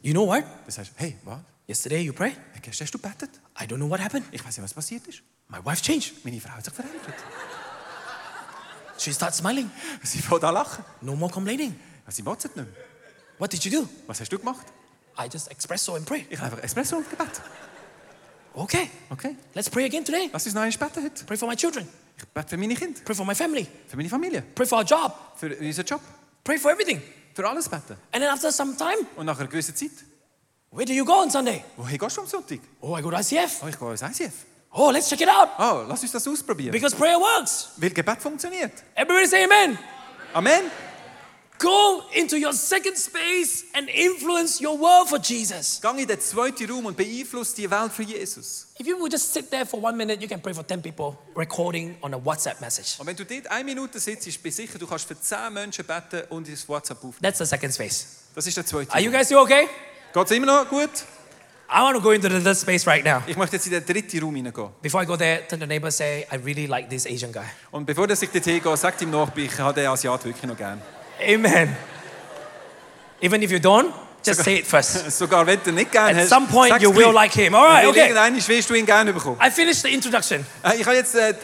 [SPEAKER 2] you know what?
[SPEAKER 3] Dann sagst du, hey, was?
[SPEAKER 2] Yesterday you prayed.
[SPEAKER 3] Gestern hast du gebetet?
[SPEAKER 2] I don't know what happened.
[SPEAKER 3] Ich weiß nicht, was passiert ist.
[SPEAKER 2] My wife changed.
[SPEAKER 3] Meine Frau hat sich verändert.
[SPEAKER 2] She starts smiling.
[SPEAKER 3] Sie fängt an lachen.
[SPEAKER 2] No more complaining.
[SPEAKER 3] Sie motzt nicht mehr.
[SPEAKER 2] What did you do?
[SPEAKER 3] Was hast du gemacht?
[SPEAKER 2] I just espresso and pray.
[SPEAKER 3] Ich habe einfach Espresso und Gebet.
[SPEAKER 2] Okay,
[SPEAKER 3] Okay,
[SPEAKER 2] let's pray again today.
[SPEAKER 3] lass uns noch einmal beten heute.
[SPEAKER 2] Pray for my children.
[SPEAKER 3] Ich bete für meine Kinder,
[SPEAKER 2] Pray for my family.
[SPEAKER 3] für meine Familie,
[SPEAKER 2] Pray for our job.
[SPEAKER 3] für unseren Job,
[SPEAKER 2] Pray for everything.
[SPEAKER 3] für alles beten.
[SPEAKER 2] And then after some time,
[SPEAKER 3] Und nach einer gewissen Zeit,
[SPEAKER 2] where do you go on Sunday?
[SPEAKER 3] woher gehst du am Sonntag?
[SPEAKER 2] Oh, I go to ICF.
[SPEAKER 3] Oh, ich gehe ins ICF.
[SPEAKER 2] Oh, let's check it out.
[SPEAKER 3] Oh, lass uns das ausprobieren.
[SPEAKER 2] Because prayer works.
[SPEAKER 3] Weil Gebet funktioniert.
[SPEAKER 2] Everybody say amen.
[SPEAKER 3] Amen.
[SPEAKER 2] Go into your second space and influence your world for Jesus.
[SPEAKER 3] Gang in den zweiten Raum und beeinfluss die Welt für Jesus.
[SPEAKER 2] If you would just sit there for one minute, you can pray for 10 people recording on a WhatsApp message.
[SPEAKER 3] Und wenn du dort eine Minute sitzt, bist du sicher, du kannst für zehn Menschen beten und ins WhatsApp aufnehmen.
[SPEAKER 2] That's the second space.
[SPEAKER 3] Das ist der zweite
[SPEAKER 2] Are you
[SPEAKER 3] Raum.
[SPEAKER 2] guys still okay?
[SPEAKER 3] Geht es immer noch gut?
[SPEAKER 2] I want to go into the third space right now.
[SPEAKER 3] Ich möchte jetzt in den dritten Raum hineingehen.
[SPEAKER 2] Before I go there, turn to the neighbor say, I really like this Asian guy.
[SPEAKER 3] Und bevor dass ich dort hingehe, sag dem Nachbarn, ich habe den Asiat wirklich noch gern.
[SPEAKER 2] Amen. Even if you don't, just say it first.
[SPEAKER 3] Sogar wenn du ihn nicht gern
[SPEAKER 2] At
[SPEAKER 3] hast,
[SPEAKER 2] some point,
[SPEAKER 3] sag's
[SPEAKER 2] you will like
[SPEAKER 3] gleich.
[SPEAKER 2] him. All right,
[SPEAKER 3] Weil
[SPEAKER 2] okay.
[SPEAKER 3] irgendwann wirst du ihn gerne bekommen.
[SPEAKER 2] I finished the introduction.
[SPEAKER 3] Äh, Ich habe jetzt äh,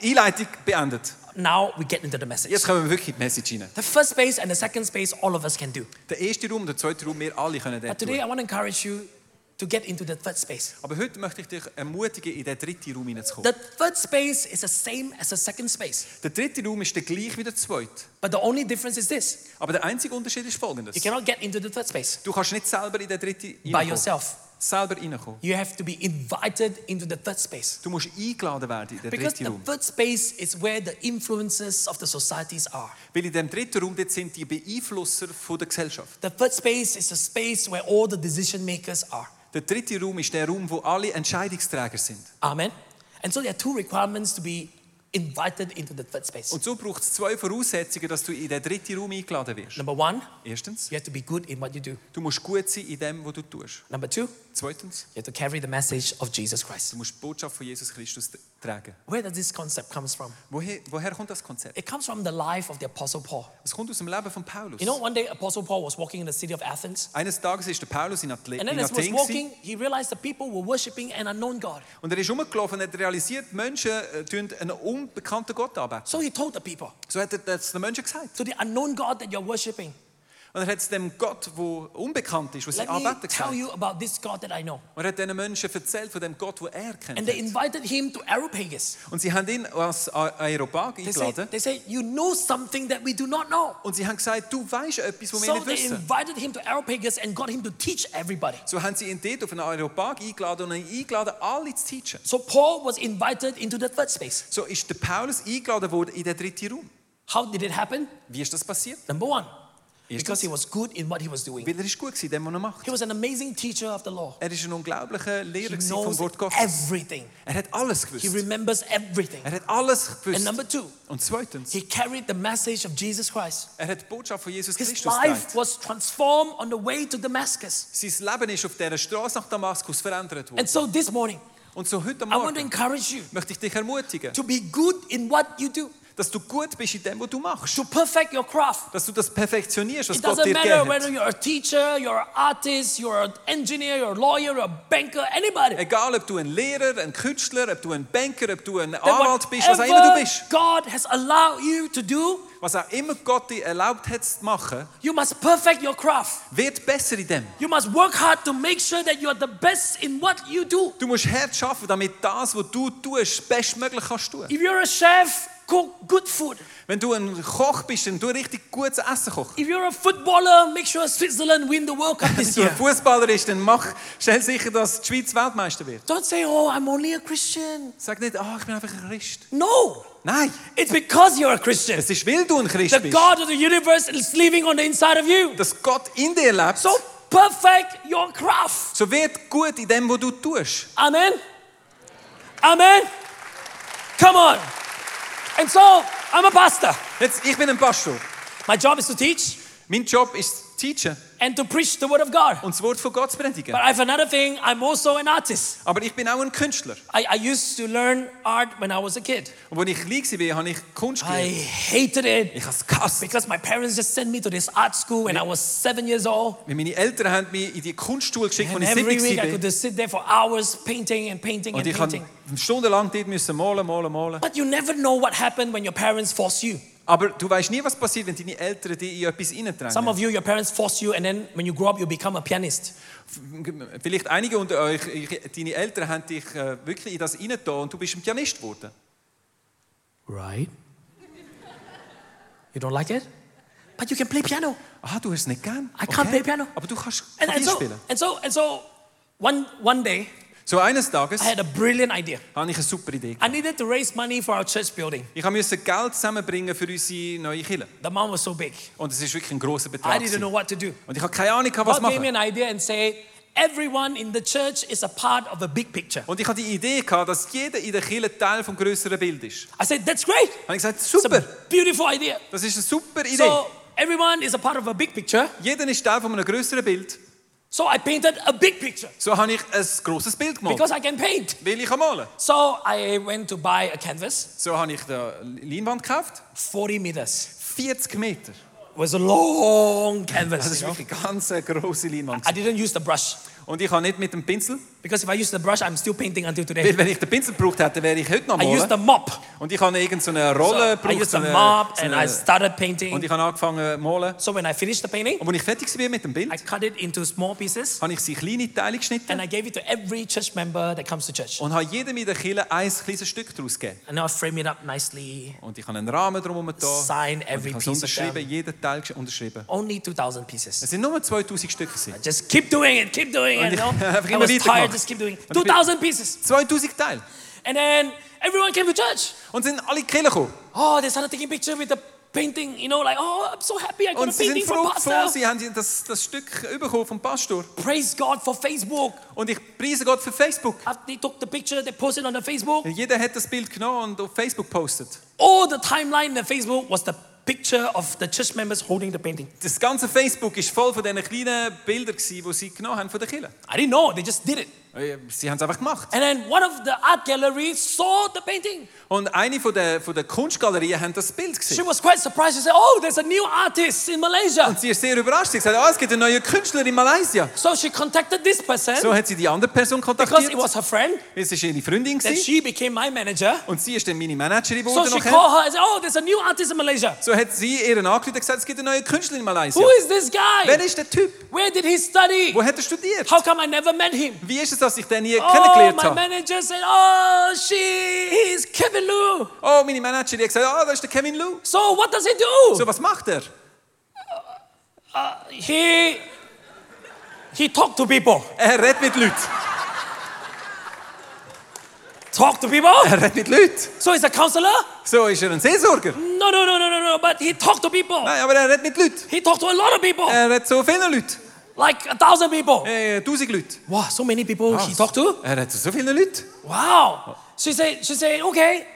[SPEAKER 3] die Einleitung beendet.
[SPEAKER 2] Now we get into the message.
[SPEAKER 3] Jetzt kommen wir wirklich in die Message rein.
[SPEAKER 2] The first space and the second space, all of us can do.
[SPEAKER 3] Der erste Raum und der zweite Raum, wir alle können den
[SPEAKER 2] But today,
[SPEAKER 3] tun.
[SPEAKER 2] I want to encourage you to get into the third space.
[SPEAKER 3] Aber heute möchte ich dich ermutigen, in den dritten Raum hineinzukommen.
[SPEAKER 2] The third space is the same as the second space,
[SPEAKER 3] Der dritte Raum ist der gleich wie der zweite.
[SPEAKER 2] but the only difference is this:
[SPEAKER 3] Aber der einzige Unterschied ist folgendes.
[SPEAKER 2] you cannot get into the third space
[SPEAKER 3] Du kannst nicht selber in den dritten
[SPEAKER 2] by
[SPEAKER 3] hineinkommen.
[SPEAKER 2] yourself.
[SPEAKER 3] Selber reinkommen.
[SPEAKER 2] You have to be invited into the third space
[SPEAKER 3] Du musst eingeladen werden in den
[SPEAKER 2] because
[SPEAKER 3] dritten
[SPEAKER 2] the
[SPEAKER 3] Raum.
[SPEAKER 2] third space is where the influences of the societies are.
[SPEAKER 3] Weil in dem dritten Raum dort sind die Beeinflusser von der Gesellschaft.
[SPEAKER 2] The third space is the space where all the decision makers are.
[SPEAKER 3] Der dritte Raum ist der Raum, wo alle Entscheidungsträger sind.
[SPEAKER 2] Amen. And so there are two requirements to be invited into the third space.
[SPEAKER 3] Und so braucht es zwei Voraussetzungen, dass du in den dritten Raum eingeladen wirst.
[SPEAKER 2] Number one,
[SPEAKER 3] Erstens,
[SPEAKER 2] you have to be good in what you do.
[SPEAKER 3] du musst gut sein in dem, was du tust.
[SPEAKER 2] Number two, you
[SPEAKER 3] Zweitens,
[SPEAKER 2] have to carry the message of Jesus
[SPEAKER 3] du
[SPEAKER 2] Christ.
[SPEAKER 3] musst die Botschaft von Jesus Christus tragen.
[SPEAKER 2] Where does this concept comes from?
[SPEAKER 3] Woher, woher kommt das Konzept?
[SPEAKER 2] It comes from the life of the Apostle Paul.
[SPEAKER 3] Es kommt aus dem Leben von Paulus.
[SPEAKER 2] You know, one day Apostle Paul was walking in the city of Athens,
[SPEAKER 3] Eines Tages ist der Paulus in, Athle
[SPEAKER 2] and then
[SPEAKER 3] in
[SPEAKER 2] as he was
[SPEAKER 3] Athen gewesen,
[SPEAKER 2] walking, he realized the people were worshiping an unknown God.
[SPEAKER 3] und er ist rumgelaufen und hat realisiert, Menschen äh, tun einen unbekannten Gott arbeiten.
[SPEAKER 2] So he told the people,
[SPEAKER 3] So hat er das den Menschen gesagt.
[SPEAKER 2] to the unknown God that you're worshiping,
[SPEAKER 3] Und er hat es dem Gott, der unbekannt ist, wo sie
[SPEAKER 2] let me
[SPEAKER 3] arbeiten,
[SPEAKER 2] tell
[SPEAKER 3] gesagt.
[SPEAKER 2] you about this God that I know.
[SPEAKER 3] Und er hat diesen Menschen erzählt von dem Gott, den er kennt.
[SPEAKER 2] And they
[SPEAKER 3] hat.
[SPEAKER 2] invited him to Areopagus.
[SPEAKER 3] Und sie haben ihn als A- Aeropag
[SPEAKER 2] They said,
[SPEAKER 3] eingeladen.
[SPEAKER 2] they said, you know something that we do not know.
[SPEAKER 3] Und sie haben gesagt, du weißt etwas, was wir
[SPEAKER 2] So
[SPEAKER 3] nicht
[SPEAKER 2] they
[SPEAKER 3] wissen.
[SPEAKER 2] invited him to Areopagus and got him to teach everybody.
[SPEAKER 3] So haben sie ihn dort auf einen Aeropag eingeladen und ihn eingeladen, alle zu teachen.
[SPEAKER 2] So Paul was invited into the third space.
[SPEAKER 3] So ist der Paulus eingeladen worden in den dritten Raum.
[SPEAKER 2] How did it happen?
[SPEAKER 3] Wie ist das passiert?
[SPEAKER 2] Number one,
[SPEAKER 3] Yes,
[SPEAKER 2] because
[SPEAKER 3] yes.
[SPEAKER 2] he was good in what he was doing.
[SPEAKER 3] Weil er ist gut gewesen, in dem, was er macht.
[SPEAKER 2] He was an amazing teacher of the law.
[SPEAKER 3] Er ist ein unglaublicher
[SPEAKER 2] He
[SPEAKER 3] Lehrer gewesen vom
[SPEAKER 2] knows
[SPEAKER 3] Wort Gottes.
[SPEAKER 2] everything.
[SPEAKER 3] Er hat alles
[SPEAKER 2] He
[SPEAKER 3] gewusst.
[SPEAKER 2] remembers everything.
[SPEAKER 3] Er hat alles
[SPEAKER 2] And
[SPEAKER 3] gewusst.
[SPEAKER 2] number two,
[SPEAKER 3] Und zweitens,
[SPEAKER 2] he carried the message of Jesus Christ.
[SPEAKER 3] er hat die Botschaft von Jesus
[SPEAKER 2] His
[SPEAKER 3] Christus
[SPEAKER 2] life
[SPEAKER 3] getragen.
[SPEAKER 2] was transformed on the way to Damascus.
[SPEAKER 3] Sein Leben ist auf dieser Straße nach Damaskus verändert
[SPEAKER 2] And
[SPEAKER 3] worden.
[SPEAKER 2] so this morning,
[SPEAKER 3] Und so heute
[SPEAKER 2] I want to
[SPEAKER 3] Morgen
[SPEAKER 2] encourage you
[SPEAKER 3] möchte ich dich ermutigen,
[SPEAKER 2] to be good in what you do,
[SPEAKER 3] dass du gut bist in dem, was du machst.
[SPEAKER 2] to perfect your craft.
[SPEAKER 3] Dass du das perfektionierst, was
[SPEAKER 2] It
[SPEAKER 3] Gott dir
[SPEAKER 2] doesn't matter
[SPEAKER 3] gegeben
[SPEAKER 2] whether
[SPEAKER 3] hat.
[SPEAKER 2] you're a teacher, you're an artist, you're an engineer, you're a lawyer, you're a banker, anybody.
[SPEAKER 3] Egal, ob du ein Lehrer, ein Künstler, ob du ein Banker, ob du ein
[SPEAKER 2] That
[SPEAKER 3] Anwalt bist, was auch immer du
[SPEAKER 2] whatever
[SPEAKER 3] bist.
[SPEAKER 2] God has allowed you to do,
[SPEAKER 3] was auch immer Gott dir erlaubt hat zu machen,
[SPEAKER 2] You must perfect your craft.
[SPEAKER 3] wird besser in dem.
[SPEAKER 2] You must work hard to make sure that you are the best in what you do.
[SPEAKER 3] Du musst hart arbeiten, damit das, was du tust, bestmöglich kannst tun.
[SPEAKER 2] If you're a chef, cook good food.
[SPEAKER 3] Wenn du ein Koch bist, dann du richtig gutes Essen kochen.
[SPEAKER 2] If you're a footballer, make sure Switzerland win the World Cup
[SPEAKER 3] Wenn
[SPEAKER 2] this
[SPEAKER 3] du ein
[SPEAKER 2] year.
[SPEAKER 3] Fußballer bist, dann mach, stell sicher, dass die Schweiz Weltmeister wird.
[SPEAKER 2] Don't say, oh, I'm only a Christian.
[SPEAKER 3] Sag nicht, ah, ich bin einfach ein Christ.
[SPEAKER 2] No,
[SPEAKER 3] Nein,
[SPEAKER 2] it's because you're a Christian.
[SPEAKER 3] es ist, weil du ein Christ
[SPEAKER 2] The
[SPEAKER 3] bist,
[SPEAKER 2] God of the universe is living on the inside of you.
[SPEAKER 3] dass Gott in dir lebt.
[SPEAKER 2] So perfect your craft.
[SPEAKER 3] So wird gut in dem, was du tust.
[SPEAKER 2] Amen. Amen. Come on. And so I'm a pastor.
[SPEAKER 3] Jetzt, ich bin ein Pastor.
[SPEAKER 2] My job is to teach
[SPEAKER 3] Mein Job ist zu teachen
[SPEAKER 2] and to preach the word of God.
[SPEAKER 3] und das Wort von Gott zu predigen.
[SPEAKER 2] But I have another thing, I'm also an artist.
[SPEAKER 3] Aber ich bin auch ein Künstler.
[SPEAKER 2] I, I used to learn art when I was a kid.
[SPEAKER 3] Und als ich klein war, habe ich Kunst
[SPEAKER 2] I
[SPEAKER 3] gelernt.
[SPEAKER 2] hated it
[SPEAKER 3] Ich habe es gehasst.
[SPEAKER 2] because my parents just sent me to this art school when I was seven years old.
[SPEAKER 3] Weil Meine Eltern haben mich in die Kunstschule geschickt,
[SPEAKER 2] And
[SPEAKER 3] als ich
[SPEAKER 2] every
[SPEAKER 3] siebzig
[SPEAKER 2] week I could
[SPEAKER 3] war.
[SPEAKER 2] just sit there for hours painting and painting and
[SPEAKER 3] Und ich habe
[SPEAKER 2] painting.
[SPEAKER 3] stundenlang dort müssen malen, malen, malen.
[SPEAKER 2] But you never know what happened when your parents force you.
[SPEAKER 3] Aber du weißt nie, was passiert, wenn deine Eltern dich in etwas
[SPEAKER 2] Some
[SPEAKER 3] hineindrängen.
[SPEAKER 2] of you, your parents force you, and then when you grow up, you become a pianist.
[SPEAKER 3] Vielleicht einige unter euch, ich- deine Eltern haben dich äh, wirklich in das hineingetan und du bist ein Pianist geworden.
[SPEAKER 2] Right? You don't like it? But you can play piano.
[SPEAKER 3] Ah, du hast es nicht gern.
[SPEAKER 2] I can't play piano.
[SPEAKER 3] Aber du kannst
[SPEAKER 2] And,
[SPEAKER 3] Klavier
[SPEAKER 2] and so,
[SPEAKER 3] spielen.
[SPEAKER 2] and so, and so, one one day,
[SPEAKER 3] So eines Tages
[SPEAKER 2] I had a brilliant idea.
[SPEAKER 3] habe ich eine super Idee.
[SPEAKER 2] I needed to raise money for our church building.
[SPEAKER 3] Ich musste Geld zusammenbringen für unsere neue Kirche.
[SPEAKER 2] The amount was so big.
[SPEAKER 3] Und es ist wirklich ein grosser Betrag.
[SPEAKER 2] I didn't know
[SPEAKER 3] gewesen.
[SPEAKER 2] what to do.
[SPEAKER 3] Und ich habe keine Ahnung, was
[SPEAKER 2] God gave me
[SPEAKER 3] machen.
[SPEAKER 2] an idea and said, everyone in the church is a part of a big picture.
[SPEAKER 3] Und ich hatte die Idee, gehabt, dass jeder in der Kirche Teil vom größeren Bild ist.
[SPEAKER 2] I said, that's great.
[SPEAKER 3] Habe ich gesagt,
[SPEAKER 2] It's
[SPEAKER 3] super,
[SPEAKER 2] a beautiful idea.
[SPEAKER 3] das ist eine super Idee.
[SPEAKER 2] So everyone is a part of a big picture.
[SPEAKER 3] jeder ist Teil von einem größeren Bild.
[SPEAKER 2] So I painted a big picture
[SPEAKER 3] So habe ich ein grosses Bild gemalt,
[SPEAKER 2] because I can paint.
[SPEAKER 3] weil ich kann malen
[SPEAKER 2] So I went to buy a canvas,
[SPEAKER 3] So habe ich die Leinwand gekauft,
[SPEAKER 2] 40 meters.
[SPEAKER 3] 40 Meter.
[SPEAKER 2] It was a long
[SPEAKER 3] Das
[SPEAKER 2] canvas.
[SPEAKER 3] ist
[SPEAKER 2] you know.
[SPEAKER 3] wirklich eine ganz grosse Leinwand.
[SPEAKER 2] I didn't use the brush
[SPEAKER 3] Und ich habe nicht mit dem Pinsel,
[SPEAKER 2] because if I use the brush, I'm still painting until today.
[SPEAKER 3] weil wenn ich den Pinsel gebraucht hätte, wäre ich heute noch
[SPEAKER 2] I used the
[SPEAKER 3] malen.
[SPEAKER 2] mop.
[SPEAKER 3] Und ich habe irgend so eine
[SPEAKER 2] So
[SPEAKER 3] Rolle
[SPEAKER 2] I
[SPEAKER 3] gebraucht.
[SPEAKER 2] used
[SPEAKER 3] so
[SPEAKER 2] the
[SPEAKER 3] eine-
[SPEAKER 2] mop
[SPEAKER 3] so
[SPEAKER 2] and
[SPEAKER 3] eine-
[SPEAKER 2] I started
[SPEAKER 3] Und
[SPEAKER 2] painting.
[SPEAKER 3] ich habe angefangen zu malen.
[SPEAKER 2] So when I finished the painting,
[SPEAKER 3] Und als ich fertig war mit dem
[SPEAKER 2] I
[SPEAKER 3] Bild,
[SPEAKER 2] cut it into small pieces
[SPEAKER 3] habe ich sie in kleine Teile
[SPEAKER 2] and
[SPEAKER 3] geschnitten
[SPEAKER 2] I gave it to every church member that comes to church.
[SPEAKER 3] und habe jedem in der Kirche ein kleines Stück daraus gegeben.
[SPEAKER 2] And now I frame it up nicely.
[SPEAKER 3] Und ich habe einen Rahmen drumherum getan.
[SPEAKER 2] Sign
[SPEAKER 3] Und
[SPEAKER 2] every
[SPEAKER 3] ich habe es
[SPEAKER 2] piece of
[SPEAKER 3] unterschrieben,
[SPEAKER 2] them.
[SPEAKER 3] jeden Teil gesch- unterschrieben.
[SPEAKER 2] Only 2,000 pieces.
[SPEAKER 3] Es sind nur 2000 Stück. gewesen.
[SPEAKER 2] Just keep doing it, keep doing it.
[SPEAKER 3] Und
[SPEAKER 2] You
[SPEAKER 3] ich-
[SPEAKER 2] know?
[SPEAKER 3] einfach
[SPEAKER 2] I
[SPEAKER 3] immer
[SPEAKER 2] was
[SPEAKER 3] weitergemacht.
[SPEAKER 2] tired, just keep doing it.
[SPEAKER 3] Und ich bin-
[SPEAKER 2] 2,000 pieces.
[SPEAKER 3] 2000 Teile.
[SPEAKER 2] And then everyone came to church.
[SPEAKER 3] Und sind alle in die Kirche gekommen.
[SPEAKER 2] Oh, they started taking picture with the painting, you know, like, oh, I'm so happy I got
[SPEAKER 3] Und
[SPEAKER 2] a
[SPEAKER 3] sie
[SPEAKER 2] painting
[SPEAKER 3] sind
[SPEAKER 2] from
[SPEAKER 3] froh,
[SPEAKER 2] Pastor.
[SPEAKER 3] sie haben das, das Stück bekommen vom Pastor.
[SPEAKER 2] Praise God for Facebook.
[SPEAKER 3] Und ich preise Gott für Facebook.
[SPEAKER 2] After they took the picture, they posted on the Facebook.
[SPEAKER 3] Jeder hat das Bild genommen und auf Facebook postet.
[SPEAKER 2] All the timeline in the Facebook was the picture of the church members holding the painting.
[SPEAKER 3] Das ganze Facebook ist voll von diesen kleinen Bildern, gewesen, die sie genommen haben von der Kirche.
[SPEAKER 2] I didn't know, they just did it.
[SPEAKER 3] Äh, Sie haben es einfach gemacht.
[SPEAKER 2] And then one of the art galleries saw the painting.
[SPEAKER 3] Und eine von der, von der Kunstgalerien haben das Bild
[SPEAKER 2] She
[SPEAKER 3] gesehen.
[SPEAKER 2] was quite surprised. She said, oh, there's a new artist in Malaysia.
[SPEAKER 3] Sie ist sehr überrascht. Sie hat gesagt, ah, es gibt einen neuen Künstler in Malaysia.
[SPEAKER 2] So she contacted this person
[SPEAKER 3] So hat sie die andere Person
[SPEAKER 2] Äh? because
[SPEAKER 3] kontaktiert.
[SPEAKER 2] it was her friend.
[SPEAKER 3] Es war ihre Freundin.
[SPEAKER 2] Then
[SPEAKER 3] Gewesen.
[SPEAKER 2] she became my manager.
[SPEAKER 3] Und sie ist dann meine Managerin
[SPEAKER 2] So
[SPEAKER 3] geworden.
[SPEAKER 2] she
[SPEAKER 3] nachher.
[SPEAKER 2] called her and said, oh, there's a new artist in Malaysia.
[SPEAKER 3] So hat sie ihren angerufen und gesagt, es gibt einen neuen Künstler in Malaysia.
[SPEAKER 2] Who is this
[SPEAKER 3] Wer
[SPEAKER 2] guy?
[SPEAKER 3] ist der Typ?
[SPEAKER 2] Where did he study?
[SPEAKER 3] Wo hat er studiert?
[SPEAKER 2] How come I never met him?
[SPEAKER 3] Wie ist es, dass ich den nie
[SPEAKER 2] Oh,
[SPEAKER 3] kennengelernt
[SPEAKER 2] my
[SPEAKER 3] habe?
[SPEAKER 2] manager said, oh, she, he's Kevin Lou.
[SPEAKER 3] Oh, meine Managerin hat gesagt, ah, das ist der Kevin Lou.
[SPEAKER 2] So what does he do?
[SPEAKER 3] So, was macht er?
[SPEAKER 2] he, he talk to people.
[SPEAKER 3] Er redet mit Leuten.
[SPEAKER 2] Talk to people?
[SPEAKER 3] Er redet mit Leuten.
[SPEAKER 2] So he's a counselor?
[SPEAKER 3] So, ist er ein Seelsorger?
[SPEAKER 2] No, no, no, no, no, no. But he talk to people.
[SPEAKER 3] Nein, aber er redet mit Leuten.
[SPEAKER 2] He talked to a lot of people,
[SPEAKER 3] Er redet so vielen Leuten.
[SPEAKER 2] like a thousand people.
[SPEAKER 3] Äh, tausend Leute.
[SPEAKER 2] Eh.
[SPEAKER 3] Ah.
[SPEAKER 2] Wow, so many people he talked to.
[SPEAKER 3] Er redet zu so vielen Leuten.
[SPEAKER 2] Wow. She said, she said, okay,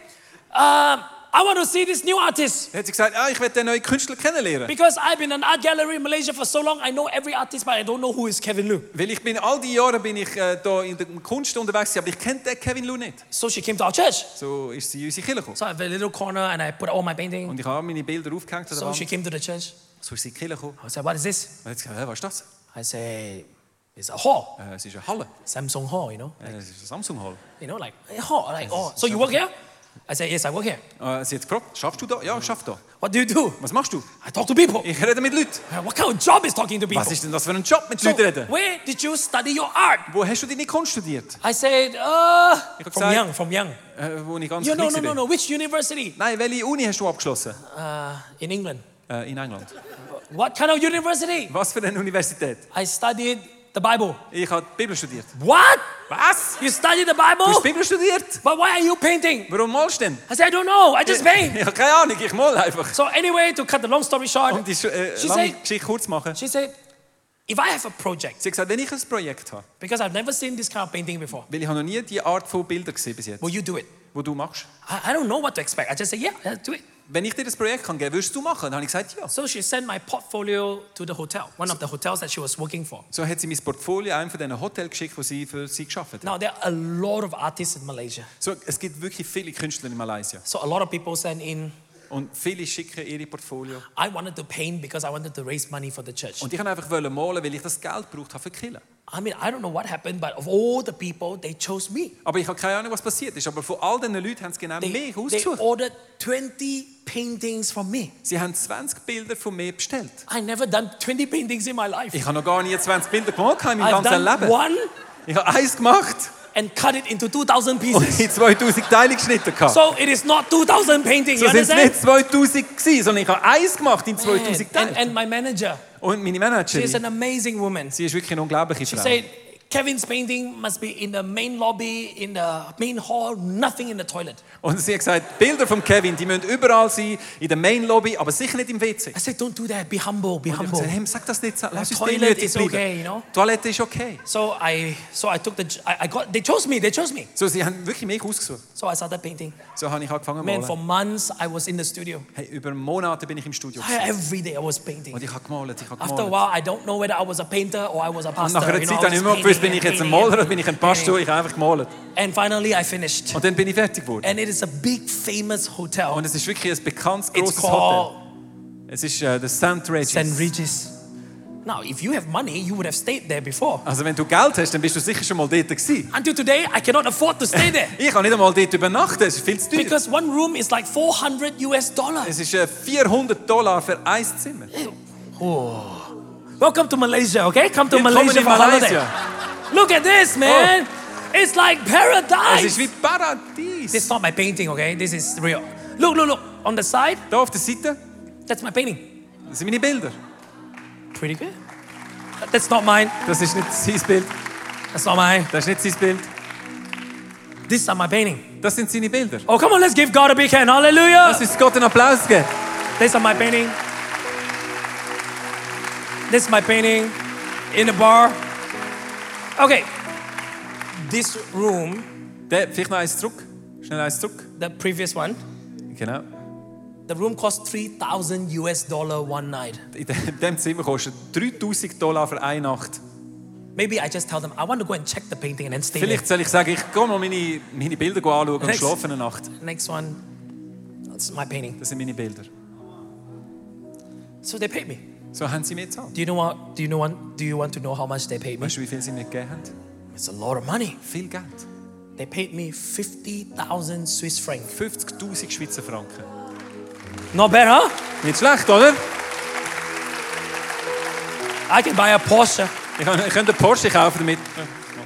[SPEAKER 2] um, I want to see this new artist.
[SPEAKER 3] Dann hat sie gesagt, ah, ich werde den neuen Künstler kennenlernen.
[SPEAKER 2] Because I've been an art gallery in Malaysia for so long, I know every artist, but I don't know who is Kevin Lu.
[SPEAKER 3] Weil ich bin, all die Jahre bin ich äh, da in der Kunst unterwegs, aber ich kenne den Kevin Lou nicht.
[SPEAKER 2] So she came to our church.
[SPEAKER 3] So ist sie in unsere Kirche gekommen.
[SPEAKER 2] So I have a little corner and I put all my painting.
[SPEAKER 3] Und ich habe meine Bilder aufgehängt an der
[SPEAKER 2] So she
[SPEAKER 3] Wand.
[SPEAKER 2] came to the church.
[SPEAKER 3] So ist sie in die Kirche gekommen.
[SPEAKER 2] I said, What is this?
[SPEAKER 3] Und hat sie gesagt, äh, was ist das?
[SPEAKER 2] I say, It's a hall.
[SPEAKER 3] Äh, es ist eine Halle.
[SPEAKER 2] Samsung Hall, you know?
[SPEAKER 3] Äh, es ist eine Samsung-Halle.
[SPEAKER 2] You know, like a hall. Like, oh, so you work here? I said, Yes, I work here.
[SPEAKER 3] Äh, sie hat gefragt, schaffst du da? Ja, ich schaff da.
[SPEAKER 2] What do you do?
[SPEAKER 3] Was machst du?
[SPEAKER 2] I talk to people.
[SPEAKER 3] Ich rede mit Leuten.
[SPEAKER 2] What kind of job is talking to people?
[SPEAKER 3] Was ist denn das für ein Job, mit
[SPEAKER 2] So,
[SPEAKER 3] Leuten reden?
[SPEAKER 2] where did you study your art?
[SPEAKER 3] Wo hast du deine Kunst studiert?
[SPEAKER 2] I said, uh,
[SPEAKER 3] hab
[SPEAKER 2] from
[SPEAKER 3] gesagt-
[SPEAKER 2] young, from young.
[SPEAKER 3] Äh, wo ich ganz
[SPEAKER 2] You no,
[SPEAKER 3] klein
[SPEAKER 2] no, no,
[SPEAKER 3] war.
[SPEAKER 2] no. Which university?
[SPEAKER 3] Nein, welche Uni hast du abgeschlossen?
[SPEAKER 2] Uh, in England.
[SPEAKER 3] Äh, in England.
[SPEAKER 2] What kind of university?
[SPEAKER 3] Was für eine Universität?
[SPEAKER 2] I studied the Bible.
[SPEAKER 3] Ich habe die Bibel studiert.
[SPEAKER 2] What?
[SPEAKER 3] Was?
[SPEAKER 2] You studied the
[SPEAKER 3] Du hast
[SPEAKER 2] Bible?
[SPEAKER 3] die Bibel studiert?
[SPEAKER 2] But why are you painting?
[SPEAKER 3] Warum malst du denn?
[SPEAKER 2] I said, I don't know. I just paint.
[SPEAKER 3] Ich habe keine Ahnung, ich mal einfach.
[SPEAKER 2] So anyway, to cut the long story
[SPEAKER 3] Um
[SPEAKER 2] short,
[SPEAKER 3] die Schu- äh,
[SPEAKER 2] She
[SPEAKER 3] lange
[SPEAKER 2] said-
[SPEAKER 3] Geschichte kurz zu machen.
[SPEAKER 2] she said, if I have a project,
[SPEAKER 3] Sie hat gesagt, wenn ich ein Projekt habe,
[SPEAKER 2] because I've never seen this kind of painting before,
[SPEAKER 3] weil ich habe noch nie die Art von Bildern gesehen bis jetzt,
[SPEAKER 2] will you do it?
[SPEAKER 3] wo du machst.
[SPEAKER 2] I, I don't know what to expect. I just said, yeah, yeah, do it.
[SPEAKER 3] Wenn ich dir das Projekt kann geben, würdest du machen? Dann habe ich gesagt, ja.
[SPEAKER 2] So she sent my portfolio to the hotel, one of the hotels that she was working for.
[SPEAKER 3] So hat sie mein Portfolio einem von diesen Hotels geschickt, wo sie für sie geschafft hat.
[SPEAKER 2] Now, there are a lot of artists in Malaysia.
[SPEAKER 3] So, es gibt wirklich viele Künstler in Malaysia.
[SPEAKER 2] So a lot of people sent in.
[SPEAKER 3] Und viele schicken ihre Portfolio.
[SPEAKER 2] I wanted to paint because I wanted to raise money for the church.
[SPEAKER 3] Und ich wollte einfach malen, weil ich das Geld braucht habe für die Kirche.
[SPEAKER 2] I mean, I don't know what happened, but of all the people, they chose me.
[SPEAKER 3] Aber ich habe keine Ahnung, was passiert ist. Aber von all diesen Leuten haben sie genau
[SPEAKER 2] They,
[SPEAKER 3] mich
[SPEAKER 2] they
[SPEAKER 3] ausgesucht.
[SPEAKER 2] ordered 20 paintings from me.
[SPEAKER 3] Sie haben 20 Bilder von mir bestellt.
[SPEAKER 2] I never done 20 paintings in my life.
[SPEAKER 3] Ich habe noch gar nie 20 Bilder gemacht in meinem
[SPEAKER 2] I've
[SPEAKER 3] ganzen
[SPEAKER 2] done
[SPEAKER 3] Leben.
[SPEAKER 2] one
[SPEAKER 3] Ich habe eins gemacht
[SPEAKER 2] and cut it into 2,000
[SPEAKER 3] und
[SPEAKER 2] pieces.
[SPEAKER 3] in 2000 Teile geschnitten. gehabt.
[SPEAKER 2] so it is not 2,000 paintings,
[SPEAKER 3] So
[SPEAKER 2] you
[SPEAKER 3] sind es
[SPEAKER 2] understand?
[SPEAKER 3] nicht 2000 gewesen, sondern ich habe eins gemacht in
[SPEAKER 2] Man,
[SPEAKER 3] 2000 Teilen.
[SPEAKER 2] And, and my manager,
[SPEAKER 3] und meine
[SPEAKER 2] she is
[SPEAKER 3] Managerin,
[SPEAKER 2] an amazing woman.
[SPEAKER 3] sie ist wirklich eine unglaubliche
[SPEAKER 2] She
[SPEAKER 3] Frau.
[SPEAKER 2] said, Kevin's painting must be in the main lobby, in the main hall, nothing in the toilet.
[SPEAKER 3] und sie hat gesagt, Bilder von Kevin, die müssen überall sein, in der Main Lobby, aber sicher nicht im WC.
[SPEAKER 2] I said, don't do that. Be humble, be
[SPEAKER 3] Und ich habe gesagt,
[SPEAKER 2] humble.
[SPEAKER 3] hey, sag das nicht, sag- lass uns
[SPEAKER 2] Toilet
[SPEAKER 3] demütig
[SPEAKER 2] is
[SPEAKER 3] bleiben.
[SPEAKER 2] okay, you know?
[SPEAKER 3] Toilette ist okay.
[SPEAKER 2] So I, so I took the, I, I got, they chose me, they chose me.
[SPEAKER 3] So, sie haben wirklich mich ausgesucht.
[SPEAKER 2] So I started painting.
[SPEAKER 3] So habe ich angefangen zu
[SPEAKER 2] Man, for
[SPEAKER 3] malen.
[SPEAKER 2] months I was in the studio.
[SPEAKER 3] Hey, über Monate bin ich im Studio.
[SPEAKER 2] I- every day I was painting.
[SPEAKER 3] Und ich habe gemalt, ich habe
[SPEAKER 2] Ah, After Genau, a
[SPEAKER 3] gemalt.
[SPEAKER 2] while, I don't know whether I was a painter or I was a
[SPEAKER 3] Und
[SPEAKER 2] pastor.
[SPEAKER 3] nach einer
[SPEAKER 2] you
[SPEAKER 3] Zeit
[SPEAKER 2] know, I was
[SPEAKER 3] habe ich nicht mehr gewusst, bin
[SPEAKER 2] painting
[SPEAKER 3] ich jetzt ein
[SPEAKER 2] and
[SPEAKER 3] Maler
[SPEAKER 2] painting
[SPEAKER 3] oder bin ich ein Pastor. Ich habe einfach gemalt.
[SPEAKER 2] and- And finally, I finished.
[SPEAKER 3] Und dann bin ich fertig geworden.
[SPEAKER 2] And it is a big, famous hotel.
[SPEAKER 3] Und es ist wirklich ein bekanntes,
[SPEAKER 2] Oh, it's
[SPEAKER 3] grosses Hotel.
[SPEAKER 2] called
[SPEAKER 3] Es ist äh, das St.
[SPEAKER 2] St.
[SPEAKER 3] Regis.
[SPEAKER 2] Regis. Now, if you have money, you would have stayed there before.
[SPEAKER 3] Also wenn du Geld hast, dann bist du sicher schon mal dort gewesen.
[SPEAKER 2] Until today, I cannot afford to stay there
[SPEAKER 3] Ich kann nicht einmal dort übernachten, es ist viel zu teuer.
[SPEAKER 2] because one room is like 400 US dollars.
[SPEAKER 3] Es ist äh, 400 Dollar für ein Zimmer.
[SPEAKER 2] Welcome to Malaysia, okay? Come to
[SPEAKER 3] Willkommen
[SPEAKER 2] Malaysia Oh.
[SPEAKER 3] in
[SPEAKER 2] for
[SPEAKER 3] Malaysia.
[SPEAKER 2] holiday. Look at this, man. It's like
[SPEAKER 3] Es ist
[SPEAKER 2] paradise.
[SPEAKER 3] wie Paradies.
[SPEAKER 2] This is not my painting, okay? This is real. Look, look, look. On the side,
[SPEAKER 3] Da auf der Seite
[SPEAKER 2] that's my painting.
[SPEAKER 3] das sind meine Bilder.
[SPEAKER 2] Pretty good. That's not mine.
[SPEAKER 3] Das ist nicht sein Bild.
[SPEAKER 2] That's not mine.
[SPEAKER 3] Das ist nicht sein Bild.
[SPEAKER 2] These are my painting.
[SPEAKER 3] Das sind seine Bilder.
[SPEAKER 2] Oh, come on, let's give God a big hand.
[SPEAKER 3] Lass
[SPEAKER 2] Hallelujah.
[SPEAKER 3] uns Gott einen Applaus geben.
[SPEAKER 2] These are my painting. This is my painting in the bar. Okay. This room,
[SPEAKER 3] Der, vielleicht noch eins zurück. Schnell eins zurück.
[SPEAKER 2] the previous one,
[SPEAKER 3] Genau.
[SPEAKER 2] the room cost 3,000 US dollar one night.
[SPEAKER 3] In de- in diesem Zimmer kostet 3000 Dollar für eine Nacht.
[SPEAKER 2] Maybe I just tell them, I want to go and check the painting and then stay there.
[SPEAKER 3] Vielleicht soll ich sagen, ich gehe mal meine, meine Bilder anschauen und
[SPEAKER 2] Next.
[SPEAKER 3] schlafe eine Nacht.
[SPEAKER 2] Next one, that's my painting.
[SPEAKER 3] Das sind meine Bilder.
[SPEAKER 2] So they paid me.
[SPEAKER 3] So haben sie mir gezahlt.
[SPEAKER 2] Do you know what? Do you know what? Do you want to know how much they paid me?
[SPEAKER 3] Weißt du, wie viel sie mir gegeben haben?
[SPEAKER 2] It's a lot of money.
[SPEAKER 3] Viel Geld.
[SPEAKER 2] They paid me 50,000 Swiss francs.
[SPEAKER 3] 50.000 Schweizer Franken.
[SPEAKER 2] Not bad, huh?
[SPEAKER 3] Nicht schlecht, oder?
[SPEAKER 2] I can buy a Porsche.
[SPEAKER 3] Ich kann- ich könnte einen Porsche kaufen damit.